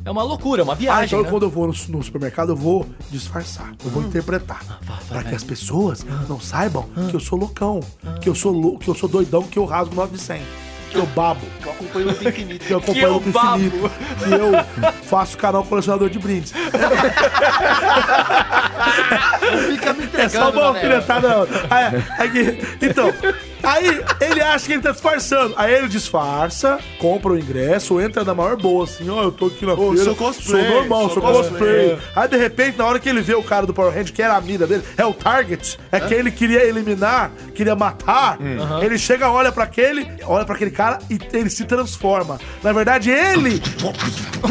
É uma loucura, é uma
Ah,
viagem.
então
né? Ah.
quando eu vou no, su- no supermercado, eu vou disfarçar, eu vou interpretar. pra
né?
que as pessoas não saibam
Ah.
que eu sou loucão, que eu sou louco, que eu sou doidão, que eu rasgo 9 de 100, que
[LAUGHS]
eu babo,
Que eu acompanho
[LAUGHS]
o infinito.
que eu acompanho
eu
o infinito, que eu faço canal colecionador de brindes.
Fica me
É só
entregando, né?
uma
galera.
alfinetada. Ah, é, é que- então, aí ele acha que ele tá disfarçando. Aí ele disfarça, compra o ingresso, entra na maior boa, assim, ó, eu tô aqui na feira.
sou cosplay,
Sou normal,
sou
sou, cosplay. Aí, de repente, na hora que ele vê o cara do Power Hand, que era a mira dele, é o Target, é quem ele queria eliminar, queria matar.
Hum.
Ele chega, olha pra aquele, olha pra aquele cara e ele se transforma. Na verdade,
[LAUGHS]
ele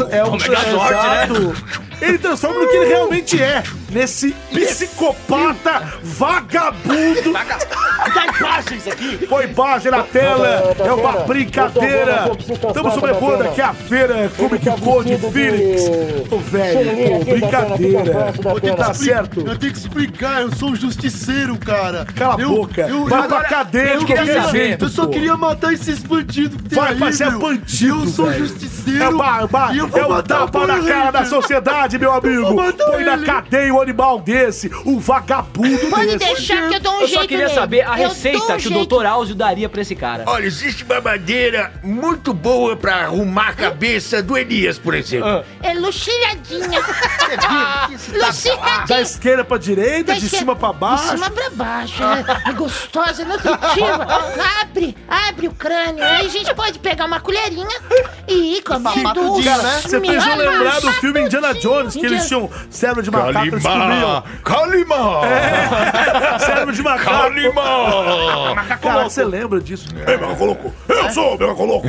é um
Megazord, né?
exato. Ele transforma no Então, que ele realmente é. Nesse psicopata vagabundo.
Dá imagens aqui.
Põe imagem na tela. É uma brincadeira. Estamos sobrevoando aqui a feira Comic Code Phoenix. Ô, velho, pô, brincadeira. Vou tá certo.
Eu tenho que explicar, eu sou um justiceiro, cara.
Cala a
Eu-
boca.
eu-
Vai pra
agora-
cadeia de
eu queria
qualquer
saber.
jeito.
Eu só
pô.
queria matar esses bandidos. que tem
Vai,
aí,
vai, você é
meu.
bandido,
Eu sou um
velho.
justiceiro.
É o ba- ba-
e eu vou
é o
matar o
tapa na
Power
cara da
Ranger.
sociedade, meu amigo.
matar
Põe na
ele.
cadeia um animal desse, um vagabundo
Pode
desse.
deixar que eu dou um
Eu
jeito
só queria
nele.
saber a
Eu Eu dou
receita
um
que o
jeito.
doutor Áuzio daria pra esse cara?
Olha, existe uma madeira muito boa pra arrumar a cabeça do Elias, por
Ah.
exemplo.
[LAUGHS]
É luxilhadinha.
tá
[LAUGHS]
Ah,
Da
luxilhadinha.
esquerda pra direita, de cima pra baixo.
De cima pra baixo, né? É gostosa,
[LAUGHS]
é nutritiva. Abre, abre o crânio. Aí a gente pode pegar uma colherinha e ir comendo os
né?
Cara, você fez eu lembrar
tá
do filme Indiana Jones, que eles tinham cérebro de macaco, eles comiam.
Calima!
É, cérebro de macaco.
Calima!
Cara, você lembra disso? É, meu colocou.
Eu sou, meu coloco.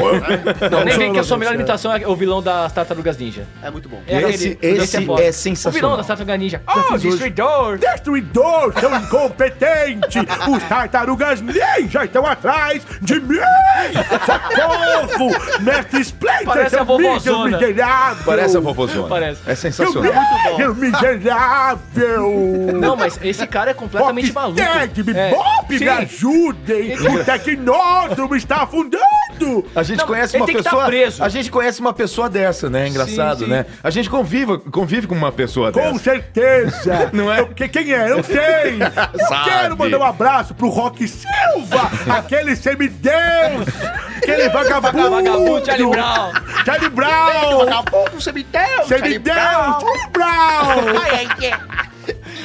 Não, nem vem que a sua melhor imitação é o vilão das Tartarugas Ninja.
É muito bom.
É
Esse-
aquele-
esse
foda.
é
O vilão
sensacional.
das Tartarugas Ninja.
Já
Oh,
fiz hoje.
destruidor!
Destruidor, seu incompetente! Os tartarugas ninja estão atrás de mim! Socorro! Mestre Splinter,
Parece a
seu mídia
vovozona.
miserável!
Parece a vovozona.
Parece.
É
Seu
sensacional.
mídia miserável!
Não, mas esse cara é completamente
Bob
maluco.
Tag, me
É,
Bob,
sim.
me ajudem! O Tecnódromo está afundando!
A gente
Não,
conhece
ele
uma
tem que tá
pessoa.
preso.
A gente conhece uma pessoa dessa, né? Engraçado,
Sim, sim.
né? A gente convive, convive com uma pessoa
Com
dessa.
certeza!
Não é?
Eu- que- quem é? Eu sei! Eu
Sabe.
quero mandar um abraço pro Rock Silva, aquele semideus! Aquele vagabundo!
É Vagabundo,
Uh!
Charlie Brown.
Charlie Brown!
Acabou com o cemitério,
Semideus! Charlie Brown!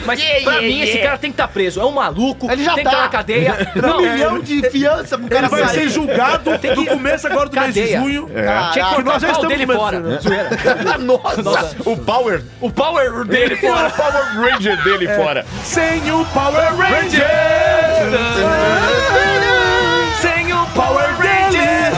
Mas pra mim, esse cara tem que estar preso. É um maluco,
Ele já
tem que
tá.
estar na cadeia.
Um milhão de fiança pro
Ele
cara
vai ser
sair.
julgado
Tem que-
no começo agora do mês de
Cadeia.
junho.
É.
Tinha que
Tá,
Porque
cortar
nós já
o pau
estamos
dele
no mês-
fora. Zoeira.
Nossa,
Nossa.
O Power.
O power dele fora.
O [LAUGHS] Power Ranger dele fora.
Sem o Power Ranger!
Sem o power ranger.
dele!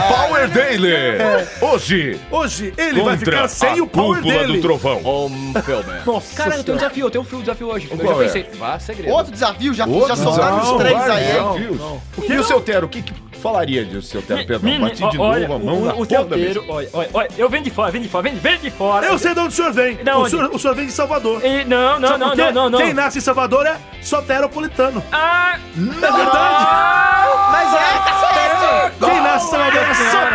Power Daily! É. Hoje,
Hoje ele vai
contra
ficar sem
a
o Power
cúpula
dele.
do trovão.
Nossa
Cara, eu tenho um
Senhora.
desafio, eu tenho um fio desafio hoje. Eu
qual
já
é?
pensei. Vá, segredo.
Outro desafio, já,
Outro
já soltaram
desafio,
os três
vários
aí, hein?
desafios. O que o seu Tero? O que, que falaria disso, seu Tero? Perdão,
Menino,
bati de
ó, olha,
novo a mão
o,
na
o
ponta
seu
da
Teiro, olha, olha, olha, eu venho de fora, venho de fora, venho, venho de fora.
Eu sei de onde o senhor vem.
Da
o,
onde?
senhor, o senhor vem de Salvador.
E não, não,
Sabe
não,
por quê?
não, não, não.
Quem nasce em Salvador é soteropolitano.
Ah,
É verdade.
Mas é,
Quem nasce em Salvador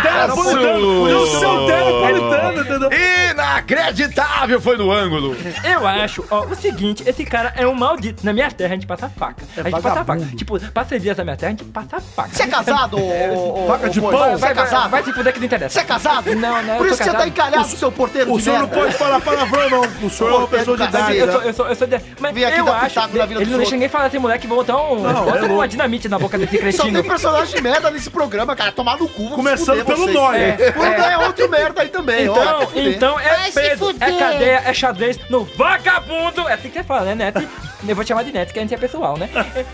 é soteropolitano. Eu sou teropolitano, entendeu?
mesa. Inacreditável foi no ângulo.
eu acho, ó, o seguinte, esse cara é um maldito. Na minha terra a gente passa faca.
É
a gente passa faca. Tipo, parcerias na minha terra a gente passa faca.
Você é
[LAUGHS]
casado, ô. ô,
Faca de
ô,
pão?
Você é
Vai,
casado?
vai se fuder que não interessa.
Você é casado?
Não, não, eu
Por
tô
isso que você tá
casado.
encalhado, seu porteiro
O
de
senhor não
merda.
pode falar palavrão, não. O senhor é uma pessoa de
Assim,
idade.
assim,
Eu sou,
né?
eu sou, eu sou de... Mas
Vem aqui
eu
dar
acho.
pitaco na vida
Ele não
dos
deixa ninguém falar desse moleque, vou botar um.
Não, é
bota
louco.
uma dinamite na boca desse
Só
cretino.
tem personagem merda nesse programa, cara. Tomar no cu, vamos
Começando
fuder
pelo
vocês.
Noia.
É. O Noia é outro merda aí também, ó. vai
Então,
fuder.
então é
Vai se
peso, é
fuder.
cadeia, é xadrez no vagabundo. É assim que você fala, né, Net? Eu vou te chamar de Net, que a gente é pessoal,
[LAUGHS]
né?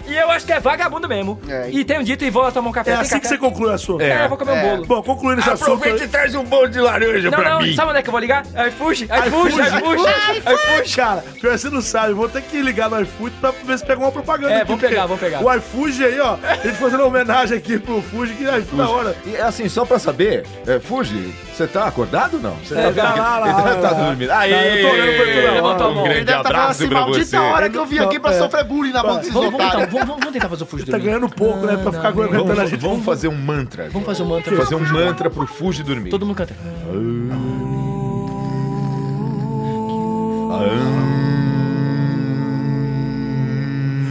E eu acho que é vagabundo mesmo.
É.
E tenho dito e vou lá tomar um café.
É
Tem
assim que
café?
você conclui a sua.
É, eu vou comer um bolo.
Bom, concluindo esse assunto.
Aproveita e traz um bolo de laranja
Não,
pra
não,
mim.
sabe onde é que eu vou ligar? iFood, iFood,
iFood,
iFood, iFood.
iFood, cara, pior que você não sabe, vou ter que ligar no iFood pra ver se pega uma propaganda.
É,
aqui,
vou
porque
pegar, vou pegar.
O iFood aí, ó, a gente fazendo uma homenagem aqui pro Fuji, que iFood da hora.
E assim, só pra saber, é, Fuji, você tá acordado ou não? Você tá,
tá lá, lá,
Ele deve
lá,
tá
lá.
dormindo. Aí,
Não, eu tô olhando pra ele, não.
Levanta a mão.
é,
Um
Ele deve
grande
tá falando
abraço
assim,
pra você.
maldita hora que eu vim aqui pra
É.
sofrer bullying na mão desses
Vamos, vamos, então,
otários.
vamos, vamos tentar fazer o fujo do
Tá
Lula.
ganhando pouco, né, pra ficar aguentando a
Vamos,
gente.
vamos fazer um mantra. agora.
Vamos fazer um mantra.
Fazer um mantra pro Fuji dormir.
Todo mundo canta.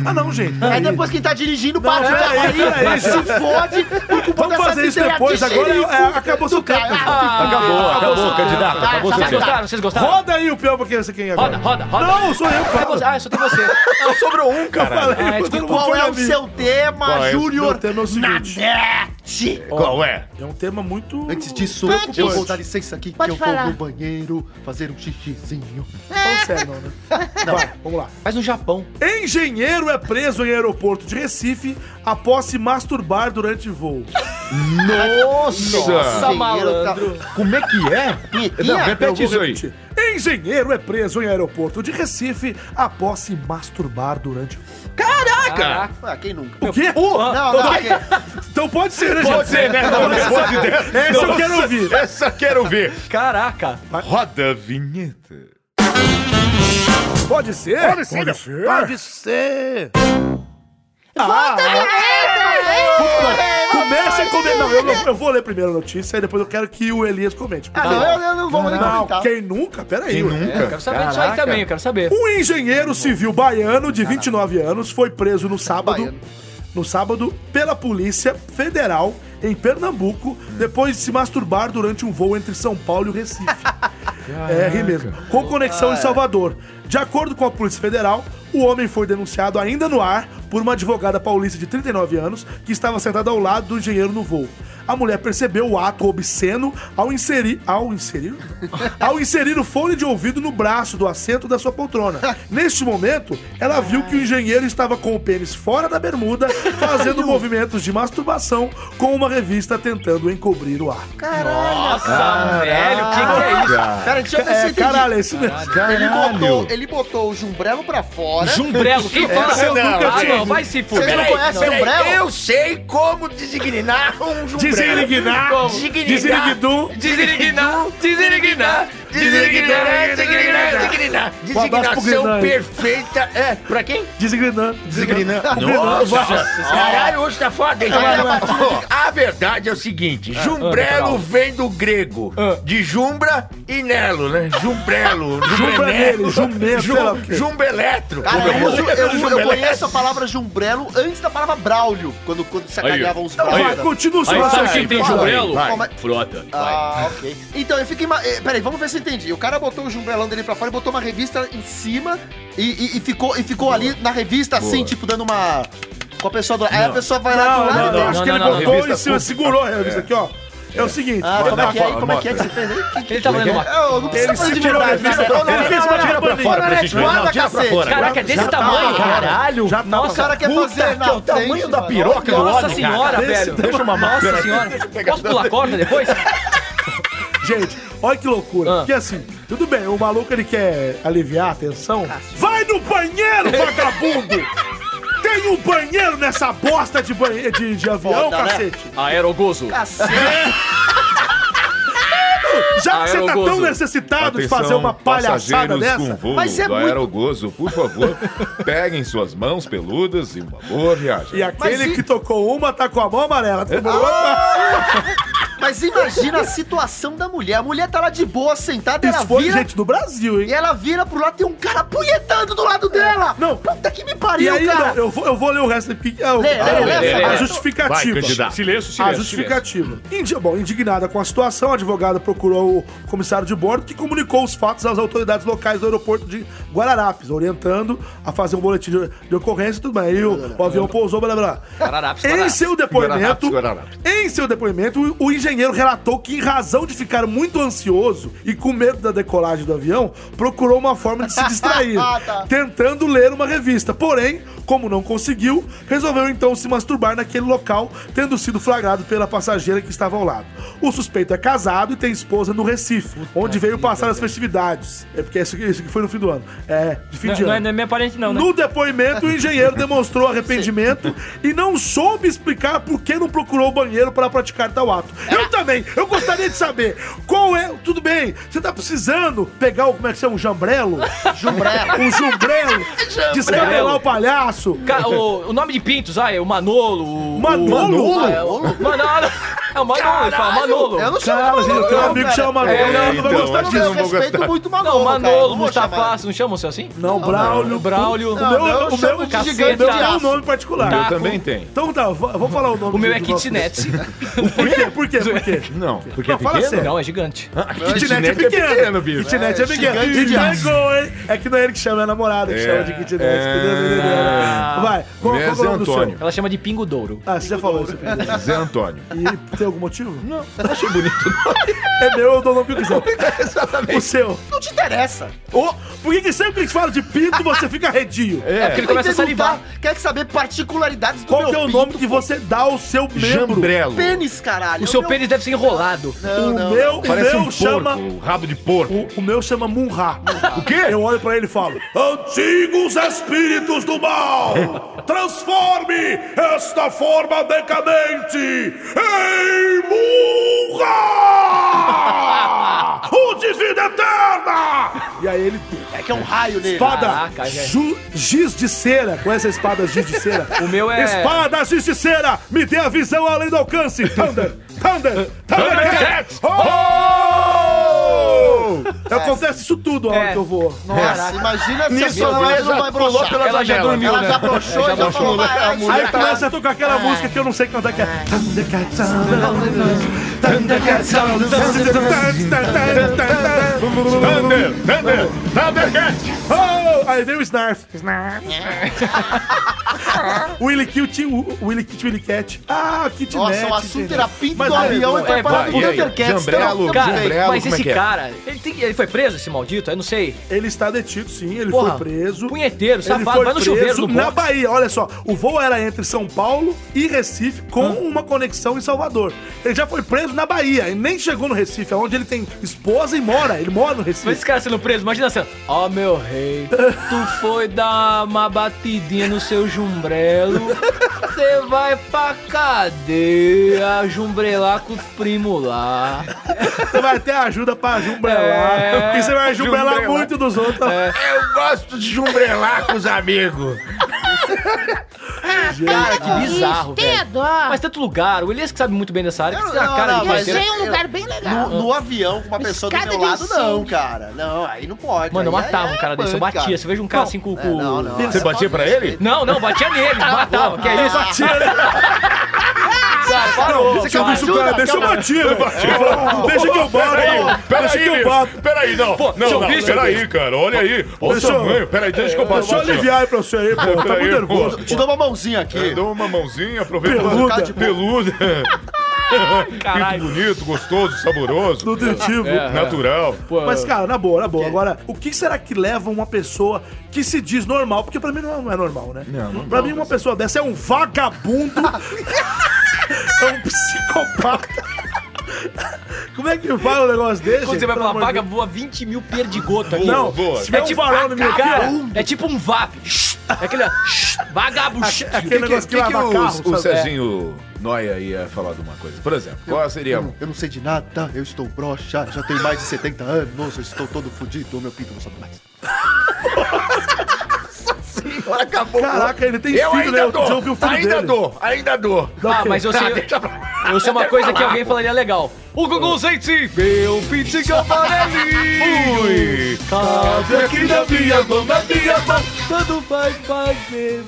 Ah, não, gente.
Aí
peraí.
depois quem tá dirigindo, para de
peraí, peraí,
aí, se fode por culpa
é, Vamos
dessa
fazer isso
miséria
depois,
de
agora
xerife
é- acabou seu
do cara.
tempo.
Ah,
Acabou, acabou, candidato.
tá,
Acabou
já
seu
vai
Vocês
tempo.
dar.
gostaram? Vocês gostaram?
Roda aí o peão pra quem você quem é agora.
Roda, roda, roda.
Não, sou eu,
É você-
cara.
Ah, só tem você.
Só sobrou um, cara.
Ah, é,
Falei,
desculpa.
Qual é o seu
Qual é
tema,
o-
Júnior?
Júnior?
tema é o seguinte.
Nanete!
Qual é?
É um tema muito...
Antes disso,
Antes.
eu vou dar licença aqui
Pode
que eu
falar.
vou no banheiro fazer um xixizinho.
Fala sério, [LAUGHS] não, né? Vai, vamos lá.
Mas no Japão.
Engenheiro é preso em aeroporto de Recife após se masturbar durante voo.
Nossa!
Esse banheiro tá-
Como é que é?
Punhetinha?
Não, repete
Eu
isso
vou
aí.
repetir. Engenheiro é preso em aeroporto de Recife após se masturbar durante o voo.
Caraca.
Ah, quem nunca?
O quê?
Não, não, quem?
Então pode ser, né,
Pode ser, né? Não, depois de dessa-
Essa eu quero
Nossa,
ouvir.
Essa eu quero ouvir.
Caraca.
Roda a vinheta.
Pode ser? Pode ser. Pode ser. Pode ser. Ah, começa a comer. Não, eu, não- eu vou ler primeiro a notícia e depois eu quero que o Elias comente.
Ah, não, eu, eu não vou nem
Não, tá.
comentar.
quem nunca? Peraí.
Quem
ué.
Eu
É.
quero
nunca?
saber disso aí também, eu quero saber.
Um engenheiro civil baiano de 29 anos foi preso no sábado
Baiano.
no sábado pela Polícia Federal em Pernambuco, depois de se masturbar durante um voo entre São Paulo e o Recife. É, ri mesmo. Com conexão em Salvador. De acordo com a Polícia Federal, o homem foi denunciado ainda no ar por uma advogada paulista de 39 anos que estava sentada ao lado do engenheiro no voo. A mulher percebeu o ato obsceno ao inserir. Ao
[LAUGHS]
inserir? ao inserir o fone de ouvido no braço do assento da sua poltrona. Neste momento, ela viu que o engenheiro estava com o pênis fora da bermuda,
[LAUGHS]
fazendo movimentos de masturbação com uma revista tentando encobrir o ato.
Nossa,
velho, o que que é isso?
Cara, deixa eu ver se eu
É,
entendi.
caralho, é isso mesmo.
Ele
Caralho.
botou, ele botou o jumbrelo pra fora.
Jumbrelo, um quem fala?
você nunca
ah,
tinha
não, vai se fuder.
Vocês não
Peraí,
conhecem o jumbrelo?
Eu sei como designar um
Designar,
jumbrelo. Designar.
designar,
Desiriguinar, desiriguinar,
Designar,
desiriguinar,
designar,
desiriguinar.
designar.
Um abraço pro
Designação
Guinan.
perfeita. É, pra quem?
designar.
Desgrinando.
Caralho, hoje tá foda, hein? Ó, A verdade é o seguinte:
Ah,
jumbrelo vem do grego, de jumbra e nelo, né?
[LAUGHS]
Jumbrelo,
Jumbrelo,
jumbrelo,
jumento, sei lá o quê.
Jumbeletro.
Cara, eu, uso- eu- eu
Jumbeletro.
conheço a palavra jumbrelo antes da palavra braulio, quando, quando sacaneavam os
Então vai,
braulios.
continua o seu
Aí sabe
raciocínio.
quem tem
vai,
jumbrelo?
vai. Vai.
Frota.
Ah, ok. Então, eu fiquei. Ima... eh, Peraí, vamos ver se eu entendi. O cara botou o jumbrelão dele pra fora e botou uma revista em cima e, e- e ficou, e ficou ali na revista, assim, tipo, dando uma. Com a pessoa do Aí a pessoa vai lá
Não,
do lado né?
não,
e
não,
deu-
acho que ele
não, não,
botou
revista
em cima, segurou a revista aqui, ó. É o seguinte,
Ah, como é que é? aí?
fala,
Como é que é que você
mostra.
fez aí? é Que- que-
Ele tá lendo uma.
Eu não precisa
ele
fazer de
segurou a
verdade,
revista.
né? Não, não, não,
Ele fez uma tira pra fora.
não, não, não, é guarda, cacete.
Caraca, é desse
tá
tamanho, caralho.
Já
Nossa, o cara
é
quer fazer na
o tamanho
frente,
da
mano.
piroca do
Nossa
homem,
senhora,
cara.
velho.
Deixa eu mamar.
Nossa
Peraí,
senhora.
deixa eu pegar
Posso pular a corda depois?
[LAUGHS] Gente, olha que loucura.
Ah.
Porque assim, tudo bem, o maluco ele quer aliviar a tensão. Vai no banheiro, vagabundo! Tem um banheiro nessa bosta de, banhe... de, de avião,
Foda, né?
cacete!
Aerogozo.
Cacete.
Ah,
Já que você tá tão
Aerogozo.
necessitado de
Atenção,
fazer uma palhaçada
passageiros
dessa,
com voo
Mas é
do
muito-
aerogozo, por favor, peguem suas mãos peludas e uma boa viagem.
e aquele
Mas e- É,
que tocou uma tá com a mão amarela.
[LAUGHS] Mas imagina a situação da mulher. A mulher tá lá de boa, sentada, ela
Isso foi
vira.
gente do Brasil, hein?
E ela vira pro lado e tem um cara punhetando do lado dela.
É. Não.
Puta que me
E
pariu,
aí,
cara.
não, eu, vou, eu vou ler o resto porque é o-
Lê, lê, lê, lê,
a
lê.
Vai,
justificativa.
candidato.
Silêncio,
a
silêncio.
justificativa. Indi- bom, indignada com a situação, a advogada procurou o comissário de bordo que comunicou os fatos às autoridades locais do aeroporto de Guararapes, orientando a fazer um boletim de, de ocorrência e tudo mais. Aí o, o avião pousou, blá blá blá.
Guararapes,
Em seu depoimento,
Guararapes, Guararapes.
em seu depoimento, o o engenheiro relatou que, em razão de ficar muito ansioso e com medo da decolagem do avião, procurou uma forma de se
[LAUGHS]
distrair,
Ah, tá.
tentando ler uma revista. Porém, como não conseguiu, resolveu então se masturbar naquele local, tendo sido flagrado pela passageira que estava ao lado. O suspeito é casado e tem esposa no Recife, onde veio passar as festividades. É porque isso, isso que foi no fim do ano. É, de fim
Não,
de
não
ano.
é, não é minha parente, não, né?
No depoimento, o engenheiro demonstrou arrependimento e não soube explicar por que não procurou o banheiro para praticar tal ato. Eu também, eu gostaria de saber qual é. Tudo bem, você tá precisando pegar o. Como é que chama? Um jambrelo?
Jumbrelo.
Um jumbrelo? Descabelar o palhaço?
Ca- o, o nome de Pintos, ah, é o Manolo. O,
Manolo?
O, é, o- Manolo. É o Manolo, ele fala Manolo.
Eu não chamo
Cara,
Manolo,
gente, teu
não,
amigo
cara.
chama Manolo,
É,
não, não vai
então,
gostar
acho
de
que
Eu
não vou
respeito
gostar.
muito o Manolo,
Não,
cara.
Manolo,
Não vou
Mustafa,
chamar.
vocês não chamam o seu assim?
[LAUGHS] Não, Braulio.
Braulio. é
O meu,
Não, eu
o
chamo
meu,
de
o
gigante
meu
de
tem um
aço.
nome particular.
Eu também tenho.
Então tá, eu vou vou falar o nome.
O meu
do-
é
do nosso-
[LAUGHS]
kitnet.
Por quê? Por quê? Por quê?
Não, porque
Não, fala
é pequeno?
sério.
Não, é gigante.
Kitnet é pequeno,
bicho.
Kitnet é, pequeno.
gigante de aço.
Pegou, hein? É que não é ele que chama, é a namorada que
É.
chama de kitnet.
É.
entendeu? Vai, qual, qual
Meu
é o
Zé
nome do
Antônio.
seu?
Ela chama de Pingo Douro.
Ah, você já falou isso. Pedro.
Zé Antônio.
E tem algum motivo? Não.
Achei bonito.
É meu, eu dou o nome que eu quiser.
Exatamente.
O seu.
Não te interessa.
Ô, por que, que sempre que eles falam de pinto, você fica redio?
É.
porque ele começa a
Perguntar,
salivar.
Quer saber particularidades do
Qual
meu
que é o
pinto,
nome que
pô?
você dá ao seu membro?
Jambrelo.
Pênis, caralho.
O seu
meu-
pênis deve ser enrolado.
O meu, o
Parece
meu
um
chama...
porco, rabo de porco.
O, o meu chama Munra.
O quê?
Eu olho pra ele e falo: Antigos espíritos do mal, transforme esta forma decadente em [LAUGHS] Munra! O de vida eterna! E aí ele.
É que é um raio nele.
Espada
Caraca, já-
ju- giz de cera. Conhece a espada giz de cera?
O meu é-
Espada giz de cera! Me dê a visão além do alcance! Thunder! Thunder! Thundercats!
Oh!
Eu Acontece isso tudo a hora que eu vou.
Nossa, imagina se
Nisso,
a sua mulher não
ela
vai
já pulou
broxar.
pela
Ela já
janela.
dormiu,
Ela
né?
já
Ela
broxou,
já
já falou,
broxou, né?
vai, vai,
Aí
Aí
vai.
começa a tocar aquela música que eu não sei cantar, que é. Thundercats all around the world. Thundercats all around the world.
Thunder, Thunder, Thundercat!
Oh! Aí vem o Snarf. [LAUGHS] Snarf. Willy Cute, Willy Cute, Willy Cat. Ah, Kitnet.
Nossa, o assunto era pinto
Mas
do avião e
aí,
preparado
vai,
por
e aí?
Thundercats.
Jambrelo,
Então,
Jambrelo.
também.
Belo,
Mas
como é
esse
que é?
cara, ele, tem- ele foi preso, esse maldito? Eu não sei.
Ele está detido, sim. Ele
Porra,
foi preso.
punheteiro,
Ele
safado,
foi
vai no chuveiro,
preso
no
na
box.
Bahia. Olha só, o voo era entre São Paulo e Recife com uma conexão em Salvador. Ele já foi preso na Bahia e nem chegou no Recife, é onde ele tem esposa e mora. Ele mora no
Mas
Recife.
esse cara sendo preso, imagina assim, ó meu rei, tu foi dar uma batidinha no seu jumbrelo, você vai pra cadeia jumbrelar com os primos lá.
Você vai ter ajuda pra jumbelar.
[LAUGHS] É,
e você vai jumbelar,
jumbelar.
muito dos outros.
Eu gosto de jumbrelar com os amigos.
Para
que
com
bizarro,
isso, tenha dó.
Mas tanto lugar, o Elias que sabe muito bem dessa área, que tem a
não,
cara
não,
de
Eu
mas
parceiro.
sei um lugar bem legal.
No, no avião, com uma pessoa do
Escada
meu
de
lado, não,
cinco.
cara. Não, aí não pode.
Mano, eu
Aí-
matava
aí
um
é
cara desse, eu
punk,
batia, você veja um cara assim com...
É,
com-
não, não.
Você batia pra ele?
Não, não, batia nele,
Tá
matava, que é isso?
Cara, parou. Você
um?
Calma, isso, cara, deixa eu batir. velho. Deixa que eu bato. Deixa que eu bato.
peraí, não.
Pô, seu bicho-
cara, olha aí. Olha
Deixa eu-
peraí, deixa que eu assim,
Deixa eu aliviar aí pra você aí, pô. Tá
Peraí,
muito
pô.
nervoso.
Te dou uma mãozinha aqui.
É.
Dou uma mãozinha, aproveita.
Peluda.
Peluda.
[LAUGHS]
Peluda. Caralho. bonito, gostoso, saboroso, É,
Nutritivo.
É,
natural.
Mas, cara, na boa, na boa. Agora, o que será que leva uma pessoa que se diz normal? Porque pra mim não é normal, né? Não, pra mim, uma pessoa dessa é um vagabundo. [LAUGHS] é um psicopata. Como é que fala o negócio desse?
Quando você vai pra
Pelo
uma
amor de
vaga, voa 20 mil perdigoto aqui.
Não,
boa.
se tiver
é
um
tipo,
varão no meu
cara,
carro,
é tipo um VAP. É aquele ó, vagabundo. é?
aquele negócio que, lava carro,
o, o
sabe?
Serginho Noia ia falar de uma coisa. Por exemplo, qual seria.
Eu não sei de nada, eu estou broxa, já tenho mais de 70 anos, eu estou todo fudido, meu pinto não sobe mais.
Agora acabou.
Caraca, ele tem
Eu
filho, né?
ainda
Outro dia eu vi o
dou,
filho
ainda
dele.
dou, ainda dou.
Ah, mas eu sei,
deixa pra-
eu sei é uma coisa que alguém falaria legal. O Gugu Zeitzi, meu pintinho
[LAUGHS]
amarelinho. Cabe aqui na minha mão, na minha mão. Tanto vai fazer...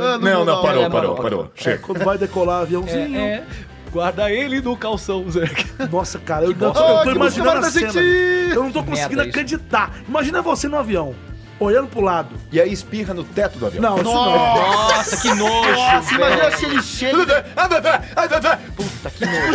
Ah,
Não, não, parou,
É,
parou,
mano,
parou.
É,
Chega.
quando vai decolar o aviãozinho.
É, guarda ele no calção, Zé.
Nossa, cara, eu, não,
bosta.
eu
Ah,
tô
que
imaginando
música
a cena.
maravilhosa.
Eu não tô
Que
conseguindo
merda é isso.
acreditar. Imagina você no avião, olhando pro lado.
E aí espirra no teto do avião.
Não, é isso não.
Nossa, que nojo,
Nossa,
velho.
imagina se ele chega
Ah,
com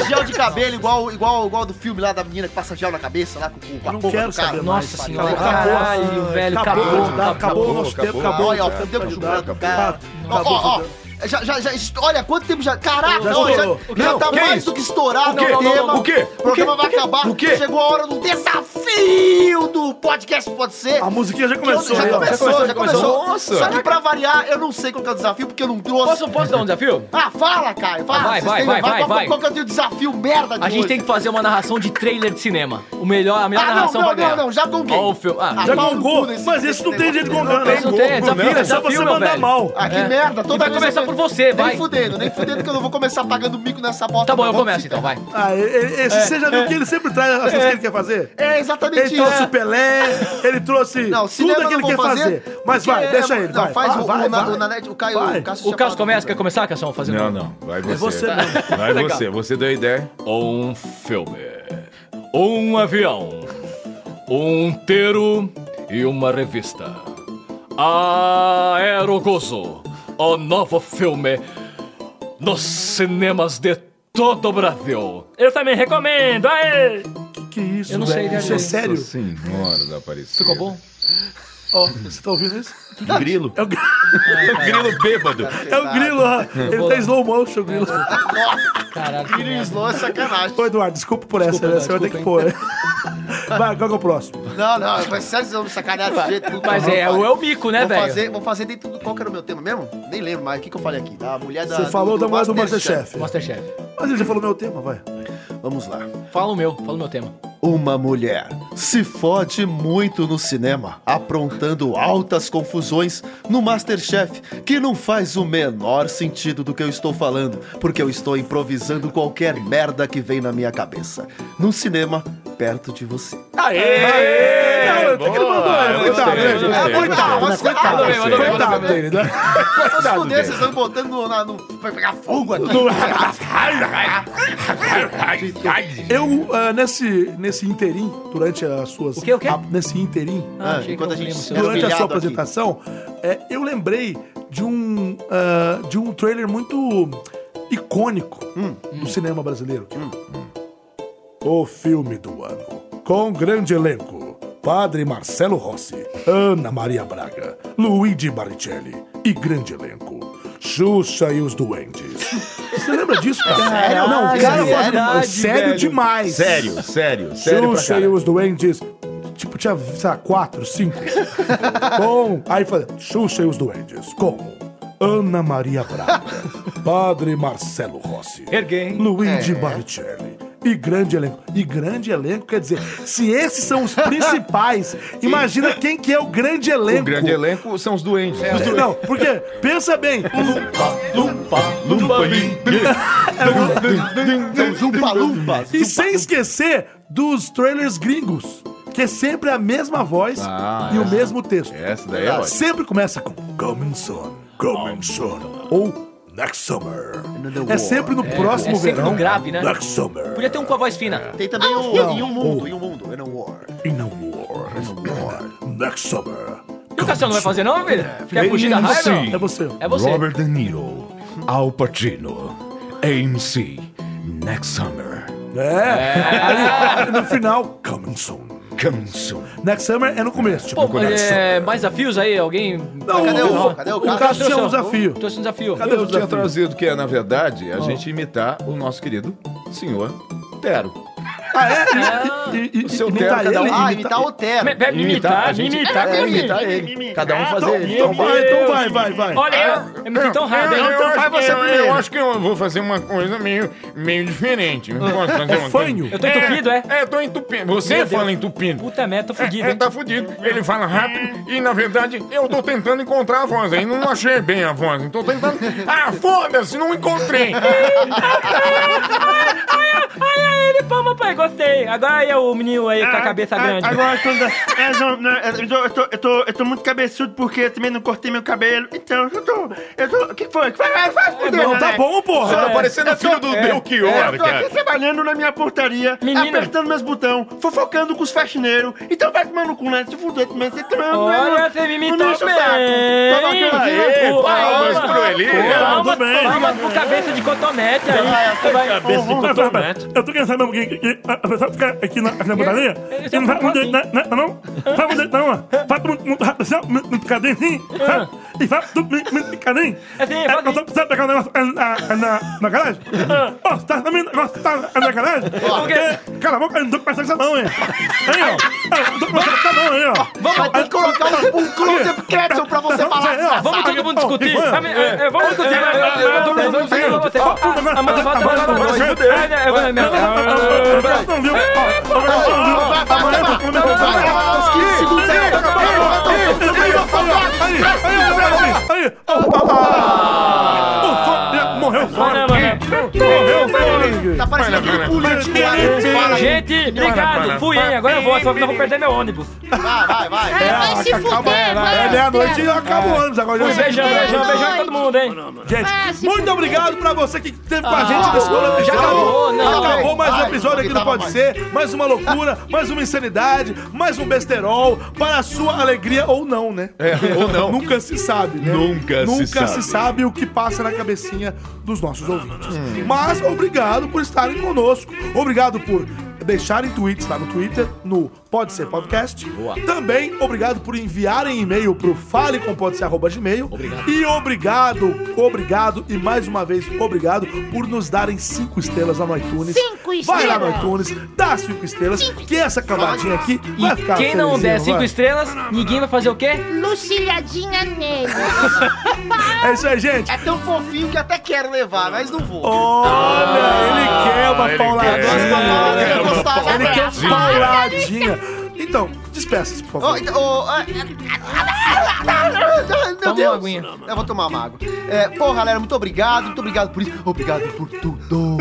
gel de cabelo igual, igual, igual do filme lá da menina que passa gel na cabeça lá com, com a
Não
porra
quero
do carro.
saber mais.
Nossa
Nossa
senhora,
Acabou,
caralho,
acabou,
velho,
acabou,
acabou,
tá? acabou, o nosso
acabou,
tempo,
acabou.
acabou.
Olha, ó, o tempo
Acabou,
ajudando,
acabou.
cara. Ó,
Acabou,
ó, ó.
acabou.
Já, já, já, est- olha, quanto tempo já. Caraca,
Já
ó, já,
estourou.
já
Não,
tá
que
mais
isso?
do que estourado
Não,
o
não, não,
tema.
não.
O quê?
O programa
O quê?
vai acabar.
O quê?
Chegou a hora do desafio do podcast, pode ser?
A musiquinha já Ah, começou.
já,
aí, ó.
começou, já começou.
Nossa.
Só que pra variar, eu não sei qual que é o desafio, porque eu não trouxe.
Posso, posso dar um desafio?
Ah, fala, Caio. Fala.
Vai,
Vocês
vai,
têm-
vai, vai,
qual-
vai.
Qual que é o teu desafio, merda de
A gente
hoje?
tem que fazer uma narração de trailer de cinema. O melhor, a melhor
Ah, não,
narração
não,
pra ganhar.
não, não, já gonguei.
Ó o filme. Ah,
Já
Ah, pau no
gongou,
cu desse-
mas esse não tem jeito de gongar,
Não, não
né?
tem,
É
desafio,
só
desafio,
você
meu
mandar
velho.
mal.
Ah, que merda. Toda
É. E vai começar por você, vai.
Nem fudendo, nem fudendo que eu não vou começar pagando mico nessa bosta.
tá bom,
não.
eu
Vamos
começo
se
então, vai.
Ah, e- e-
É.
esse, você já viu que ele sempre traz as coisas que ele quer fazer?
É exatamente
Ele
isso.
trouxe o Pelé, ele trouxe
Não,
Então, tudo
cinema
que
eu
ele
não
quer
vou
fazer. Mas
porque
vai,
é-
deixa ele.
Não,
vai,
faz
vai,
o,
vai,
o, na-
vai.
o Nanete, o Caio,
Vai.
o Cássio
O
já
Caso
falou
começa,
tudo.
quer começar, Cassão? Fazendo
um-
Não, não. Vai você.
você tá mesmo.
Vai você, você deu a ideia.
Um filme. Um avião. Um teiro e uma revista. Aerogozo. O novo filme nos cinemas de todo o Brasil.
Eu também recomendo, aê!
Que isso,
Eu não sei,
velho? Isso é
viajei.
sério?
Nossa Senhora da Aparecida.
Ficou bom?
Ó, você tá ouvindo isso?
Grilo.
É o, gr-
Grilo bêbado.
é o grilo, ó. Ele tá em slow motion, o grilo.
Caralho.
Green Slow é sacanagem.
Ô, Eduardo, desculpa por essa, né? Você vai ter que pôr. né? [LAUGHS] Vai, qual que é o próximo?
Não, não, mas sério, vocês vão me sacanear desse jeito. nunca
Mas
vão,
é, é
cara.
o é o mico, né,
Vou
velho?
fazer, vou fazer dentro do... Qual que era o meu tema mesmo? Nem lembro mais. O que, que eu falei aqui? Da mulher da...
Você falou da mulher do
Masterchef.
Masterchef.
Masterchef.
Mas ele já falou meu tema, vai.
Vamos lá.
Fala o meu, fala o meu tema.
Uma mulher se fode muito no cinema, aprontando altas confusões no Masterchef, que não faz o menor sentido do que eu estou falando, porque eu estou improvisando qualquer merda que vem na minha cabeça. Num cinema, perto de você.
Aê!
Não, até que ele mandou, né?
Boa,
Coitado,
gostei,
né?
gostei,
Ah,
gostei.
Coitado, mas coitado.
Mandou bem, mandou bem, mandou
Coitado dele, né?
Mas
Coitado
fudeu,
dele.
vocês estão botando no, na- no- Vai pegar fogo aqui.
é. Eu, ah, nesse, nesse interim, durante as suas.
O quê, o quê?
a- nesse interim,
Ah,
achei
enquanto
que
a
eu
gente
lembro,
era
durante a
humilhado
sua
aqui. então.
apresentação, é, eu lembrei de um, ah, de um trailer muito icônico
Hum.
do cinema brasileiro. é O filme do ano. Com grande elenco. Padre Marcelo Rossi, Ana Maria Braga, Luigi Baricelli e grande elenco. Xuxa e os Duendes. Você lembra disso,
[LAUGHS]
cara?
Sério?
Não,
Ai,
cara,
sério?
sério, sério demais.
Sério, sério, sério pra
Xuxa e
caralho.
os Duendes. Tipo, tinha, sei lá, quatro,
[LAUGHS]
cinco. com. Aí fazia Xuxa e os Duendes. Com Ana Maria Braga, Padre Marcelo Rossi,
Erguei.
É.
Luigi Baricelli. E grande elenco. E grande elenco quer dizer, se esses são os
[LAUGHS]
principais, imagina quem que é o grande elenco.
O grande elenco são os doentes. É.
Os du- Não, porque, pensa
[LAUGHS]
bem.
Zumpa Lumpa.
E sem esquecer dos trailers gringos, que é sempre a mesma voz
Ah,
e
é.
o mesmo texto.
Essa daí
Ah,
é ótima.
sempre começa com Coming Soon, Coming Soon, ou Next Summer. É sempre no próximo
é sempre
verão.
no grave, né?
Next Summer.
Podia ter um com a voz fina.
Tem também o
filme.
Em um mundo, em um mundo, in a war.
In a war. Next Summer.
E o Cassiano não vai fazer, não, velho? Quer fugir da raiva?
É você.
É você.
Robert De Niro, Al Pacino, AMC, Next Summer,
É. Aí, no final, Coming Soon.
Coming Soon.
Next Summer é no começo, tipo.
Pô,
Next
mas,
Summer.
é, mais desafios aí? Alguém...
Não,
Cadê
o,
o-
o,
cadê o
Cássio
Cássio?
tinha um desafio.
Trouxe um desafio.
Cadê
Eu
o
tinha
desafio?
trazido que é, na verdade, a gente imitar o nosso querido senhor Tero.
Ah, é? E, e, e,
O seu
e
Theo,
imitar
cada um-
ele?
Ah,
Imitar-
imitar o Otero.
Me- me-
Imitar, a
Imitar,
gente-
imitar.
É, imitar
imitar.
ele. Cada um
Ah,
fazer ele.
Então vai, então vai, vai, vai.
Olha, eu, eu me sinto honrado. hein?
eu,
Então faz você
eu,
primeiro.
eu acho que eu vou fazer uma coisa meio, meio diferente. Não posso fazer uma
É fanho?
coisa?
Eu tô entupido, é?
É, eu tô entupindo. Você
Meu Deus.
fala entupindo.
Puta merda, tô fudido,
[LAUGHS]
É, é,
hein?
tá fudido. Ele fala rápido e, na verdade, eu tô tentando encontrar a voz. Ainda não achei bem a voz. Tô tentando. Ah, foda-se, não encontrei.
Olha ele, palma, pai, gostei. Agora é o menino aí
Ah,
com a cabeça grande.
Agora eu tô, é, não, não, eu, tô, eu, tô, eu, tô, eu tô muito cabeçudo porque eu também não cortei meu cabelo. Então eu tô. Eu tô. O que foi? O que foi? Vai, vai, fudeu,
Não, tá
né?
bom, porra.
Tá parecendo o filho do Belchior,
é,
Eu tô aqui
cara.
trabalhando na minha portaria,
Menina.
apertando meus botões, fofocando com os faxineiros. Então vai tomando cu, né? Se fuder também, você também. não-
Olha,
não-
você me imitou
não
bem.
enche o saco. Tá bacana.
Aê,
Pô,
palmas pro Eli.
Palmas,
Mandou bem.
palmas pro cabeça de cotonete aí. Você vai-
Eu tô querendo saber alguém que- que a pessoa fica aqui na, aqui na botaria e não vai um dedo, né, né, não? Vai um dedo, não, ó. Vai muito, muito rápido, assim, ó, muito, muito picadinho, assim, sabe? E vai tudo muito, muito picadinho.
Assim,
É,
faz
eu tô precisando pegar um negócio é, na, é, na, na garagem. Ó, você tá sabendo o negócio que tá na, na garagem? Porque, cala a boca, eu não tô conversando com essa não, hein? Aí, ó. Eu não tô conversando com essa não, hein, ó.
Vai ter que colocar um, um close-up caption pra você falar. desgraçado.
Vamos todo mundo discutir.
Ivan,
Ah, me- é, é, Vamos discutir. é, é, é, é, todo mundo discutindo você. Ah, ah, ah, mas falta- falta- falta- Ah, né, é, vai, né, ah,
Não viu? Ó,
Vai, vai, vai, vai, vai, vai, vai, vai, vai, uns 15 segundos aí. Vai, vai, vai, vai, vai, vai, vai, vai, vai, vai, vai.
Aí, ó, ó, ó, ó. Morreu fora.
ah, né,
Morreu fora.
Tá parecendo aquele político lá.
mano.
Fala aí.
Gente, obrigado. Fui, hein? Agora eu vou, senão eu vou perder meu ônibus.
Vai, vai, vai.
é,
Ai, É,
ah,
vai se fuder, vai.
É meia-noite e acaba o ônibus agora.
Um beijão, beijão, beijão em todo mundo, hein?
Ah,
Gente,
se
muito
fuder.
obrigado pra você que esteve com a gente nesse novo episódio.
já acabou, não.
Acabou mais um
Vai,
episódio
vai,
aqui do
tava
Pode
mais.
Ser. Mais uma loucura, mais uma insanidade, mais um besterol. Para a sua alegria ou não, né?
É, ou não.
Nunca se sabe, né?
Nunca se
Nunca
sabe.
se sabe o que passa na cabecinha dos nossos ouvintes. Mas obrigado por estarem conosco. Obrigado por deixarem tweets lá no Twitter, no Pode Ser Podcast. Também obrigado por enviarem e-mail pro falecompodser@gmail. Obrigado. E obrigado, obrigado e mais uma vez obrigado por nos darem cinco estrelas lá no iTunes.
Cinco
Vai lá no
estrelas.
iTunes, dá cinco estrelas, que essa cavadinha aqui vai
E
ficar
quem não
felizinho,
der cinco
vai.
estrelas, ninguém vai fazer o quê?
Lucilhadinha nele.
É isso aí, gente.
É tão fofinho que até quero levar, mas não vou.
Olha, Ah, ele quer uma
ele
pauladinha.
quer.
Mas,
é,
papai, eu não
mano.
gostava.
Ele quer pauladinha. Então, despeça-se, por favor.
Ô, então, ô, ah, Meu Deus. Eu vou tomar uma água. É, pô, galera, muito obrigado. Muito obrigado por isso. Obrigado por tudo.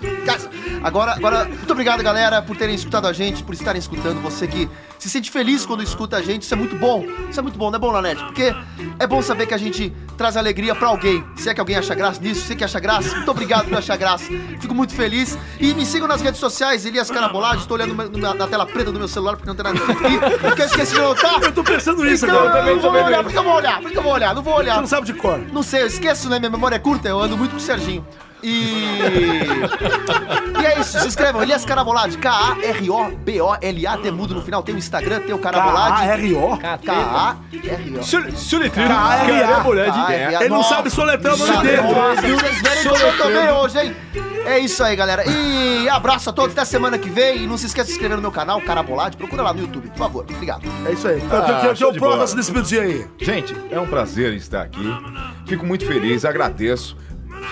Guys, Agora, agora, muito obrigado, galera, por terem escutado a gente, por estarem escutando. Você que se sente feliz quando escuta a gente, isso é muito bom. Isso é muito bom, não é bom, Nanete? Porque é bom saber que a gente traz alegria pra alguém. Se é que alguém acha graça nisso, você que acha graça, muito obrigado por achar graça. Fico muito feliz. E me sigam nas redes sociais, Elias Carabolade. Estou olhando no- na, na tela preta do meu celular porque não tem nada aqui. Porque eu esqueci de anotar.
Eu tô pensando nisso
então,
agora.
Eu
também
não vou olhar, porque eu vou olhar, porque eu vou olhar, não vou olhar.
Você não sabe de cor.
Não sei, eu esqueço, né? Minha memória é curta, eu ando muito com o Serginho. E. [LAUGHS] e é isso, se inscrevam. Elias Carabolade, K-A-R-O-B-O-L-A, Demudo no final. Tem o Instagram, tem o
Tá,
Carabolade.
K-A-R-O?
K-A-R-O.
Soletrando.
Tá, é
K-A-R-A.
Ele não sabe soletrar o nome
Nossa,
dele.
Nossa, vocês verem como eu tomei hoje, hein? É isso aí, galera. E abraço a todos até semana que vem. E não se esqueça de se inscrever no meu canal, Carabolade. Procura lá no YouTube, por favor. Obrigado.
É isso aí.
Ah,
Eu- eu-
show
eu
de
provo
bola.
esse desse meu dia aí.
Gente, é um prazer estar aqui. Fico muito feliz, agradeço.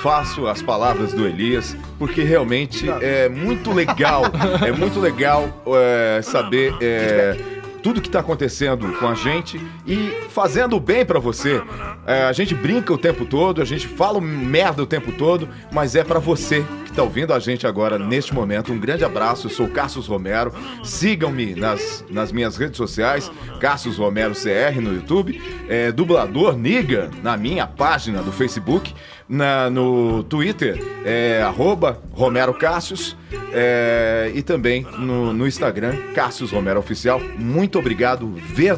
Faço as palavras do Elias, porque realmente é muito legal. É muito legal é, saber é, tudo que está acontecendo com a gente e fazendo bem para você. É, a gente brinca o tempo todo, a gente fala merda o tempo todo, mas é para você que tá ouvindo a gente agora neste momento. Um grande abraço, eu sou o Cassius Romero. Sigam-me nas, nas minhas redes sociais, Cassius Romero CR no YouTube, é, dublador Niga na minha página do Facebook, na, no Twitter, é, arroba Romero Cassius, é, e também no, no Instagram, Cassius Romero Oficial. Muito obrigado,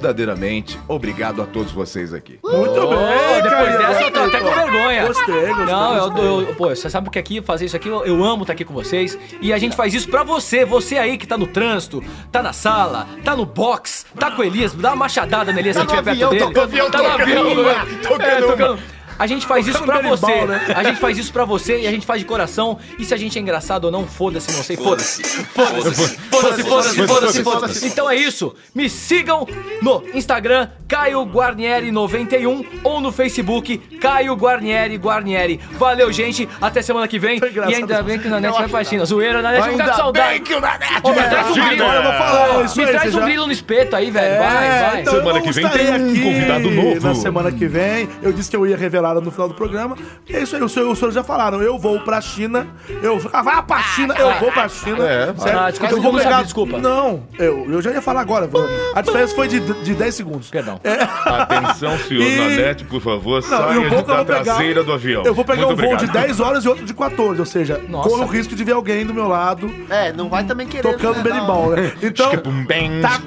verdadeiramente. Obrigado a todos vocês aqui.
Muito bem,
Depois
cara.
dessa eu tô até com vergonha.
Gostei, gostei.
Não, eu,
gostei.
eu- eu- pô, você sabe que é aqui, fazer isso aqui, eu, eu amo estar aqui com vocês. E a gente faz isso pra você, você aí que tá no trânsito, tá na sala, tá no box, tá com o Elias, dá uma machadada no Elias se
Tá no
estiver é perto
avião,
dele.
tocando avião,
tá no
tocando
avião,
uma,
né? É, tocando- A gente faz isso pra
berimbau,
você.
né?
A gente faz isso pra você e a gente faz de coração. E se a gente é engraçado ou não, foda-se, não sei, foda-se. Foda-se, foda-se, foda-se, foda-se. Então é isso. Me sigam no Instagram, Caio Guarnieri91 ou no Facebook, Caio Guarnieri Guarnieri. Valeu, gente. Até semana que vem. E ainda bem que o Nanete vai faxina. Zoeira, Nanete vai ficar com saudade.
que o Nanete
Ô, me
vai né?
traz um
faxina.
grilo.
Agora eu vou falar isso
Me
aí,
traz
você
um
já-
grilo no espeto aí, velho. Vai, vai.
então
Semana
eu
que vem
estarei
tem um
aqui
convidado novo.
Na semana que vem, eu disse que eu ia revelar no final do programa. E é isso aí, os senhores os senhores já falaram. Eu vou pra China. Eu ah, vá pra China, eu vou pra China.
É, vai.
certo? Então
Ah, desculpa,
eu vou
não sabe,
pegar.
desculpa.
Não, eu, eu já ia falar agora. A diferença foi de, de 10 segundos.
Perdão.
[LAUGHS]
Atenção, senhor
E-
Nanete, por favor,
Não, e
saia
um pouco eu
da
vou pegar.
traseira do avião.
Eu vou pegar
Muito
um voo
obrigado.
de 10 horas e outro de 14, ou seja,
Nossa.
corro o risco de ver alguém do meu lado
É, não vai também querer.
tocando
né, não.
berimbau, né? Então,
é um
tá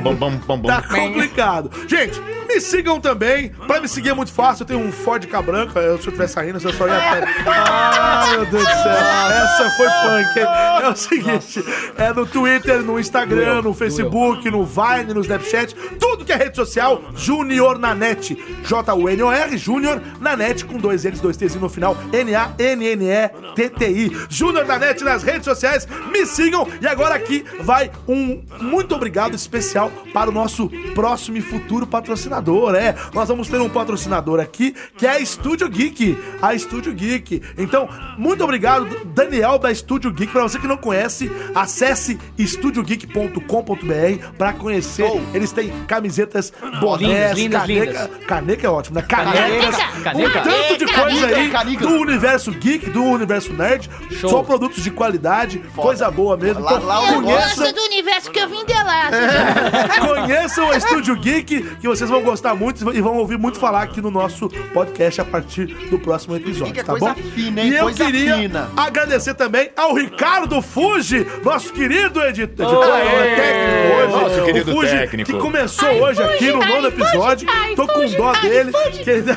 complicado. Tá complicado. Gente, me sigam também. Pra me seguir é muito fácil. Eu tenho um Ford Cabranca. Eu, se eu estiver saindo, você só ia até. Ah, meu Deus do céu. Essa foi punk. hein? É o seguinte: é no Twitter, no Instagram, no Facebook, no Vine, no Snapchat. Tudo que é rede social, Junior na net. J-U-N-O-R, Junior na net, com dois N's, dois T's no final. N-A-N-N-E-T-T-I. Junior na net nas redes sociais. Me sigam. E agora aqui vai um muito obrigado especial para o nosso próximo e futuro patrocinador. É, nós vamos ter um patrocinador aqui que é a Estúdio Geek. A Estúdio Geek. Então, muito obrigado, Daniel da Estúdio Geek. Para você que não conhece, acesse estudiogeek.com.br para conhecer. Eles têm camisetas, bonés,
Lindas, lindas,
caneca. Caneca é ótimo, né? Canecas.
Caneca.
Um tanto de coisa aí
Caneca.
do universo geek, do universo nerd.
Show.
Só produtos de qualidade, coisa boa mesmo.
Lá- lá o é
Eu
Conheça-
[LAUGHS]
gosto do universo que eu vim de
É.
lá.
Conheçam o Estúdio Geek, que vocês vão gostar muito e vão ouvir muito falar aqui no nosso podcast a partir do próximo episódio,
Geek é
tá
coisa
bom?
fina, hein?
e eu
Coisa
queria
fina.
agradecer também ao Ricardo Fuji, nosso querido edi- editor, não, é técnico hoje.
Nosso
O
querido
Fuji,
técnico.
Que começou
Ai,
hoje aqui
Fuji,
no
ai,
nono
Fuji,
episódio.
ai,
Tô com
Fuji,
dó
ai,
dele,
Fuji.
que ele-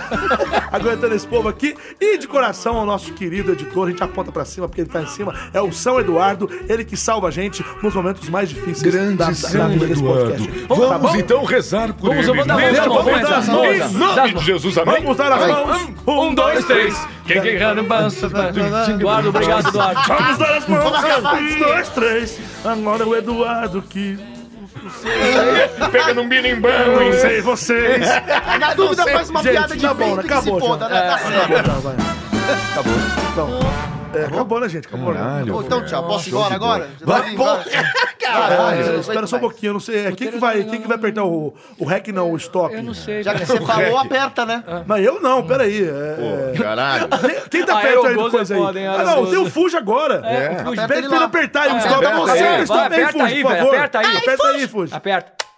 aguentando esse povo aqui. E de coração ao nosso querido editor, a gente aponta pra cima porque ele tá em cima, é o São Eduardo, ele que salva a gente nos momentos mais difíceis
Grande
da, da- da
São
vida desse
Eduardo.
podcast.
Vamos,
Tá bom?
então rezar por
Vamos, eu
ele.
vou dar
neste
uma-
momento.
vamos dar as mãos.
Em
Dar as
nome de
mãos.
Jesus, amém?
Vamos dar as mãos.
Um, dois, três. Quem quem ganha no banco? Eduardo, obrigado, Eduardo.
Vamos dar as mãos. Um, dois, três. Agora o Eduardo que.
Pega num birimbão,
Não
hein?
sei vocês.
Na dúvida, faz uma
Gente,
piada de
tá bom,
peito que se
acabou já.
foda, né? Tá certo.
Acabou. Então. É, acabou, né, gente? Acabou. né?
Caralho,
Ô, então, tchau, posso ir embora
Show de
agora?
bola.
Já tá
Vai,
indo
bom.
embora? Caralho,
Caralho,
eu
espera só um pouquinho, eu não sei. é, Quem que vai, quem que vai apertar o, o REC, não, o stop? Eu não sei.
Já que você falou, aperta, né?
Não, eu não, peraí. é-
Pô, caralho.
Quem, quem tá
Ah,
perto aí do
Aerogozo
coisa
é
aí?
foda, hein,
ah, não,
Aerogozo.
tem o Fuji agora.
É,
Pede
Fuji.
pra ele apertar aí,
É,
o stop.
aperta
Você
aí,
que
vai,
stop aí,
aperta aí,
Fuji, por
velho,
favor.
aperta aí.
Aperta aí, Fuji.
Aperta.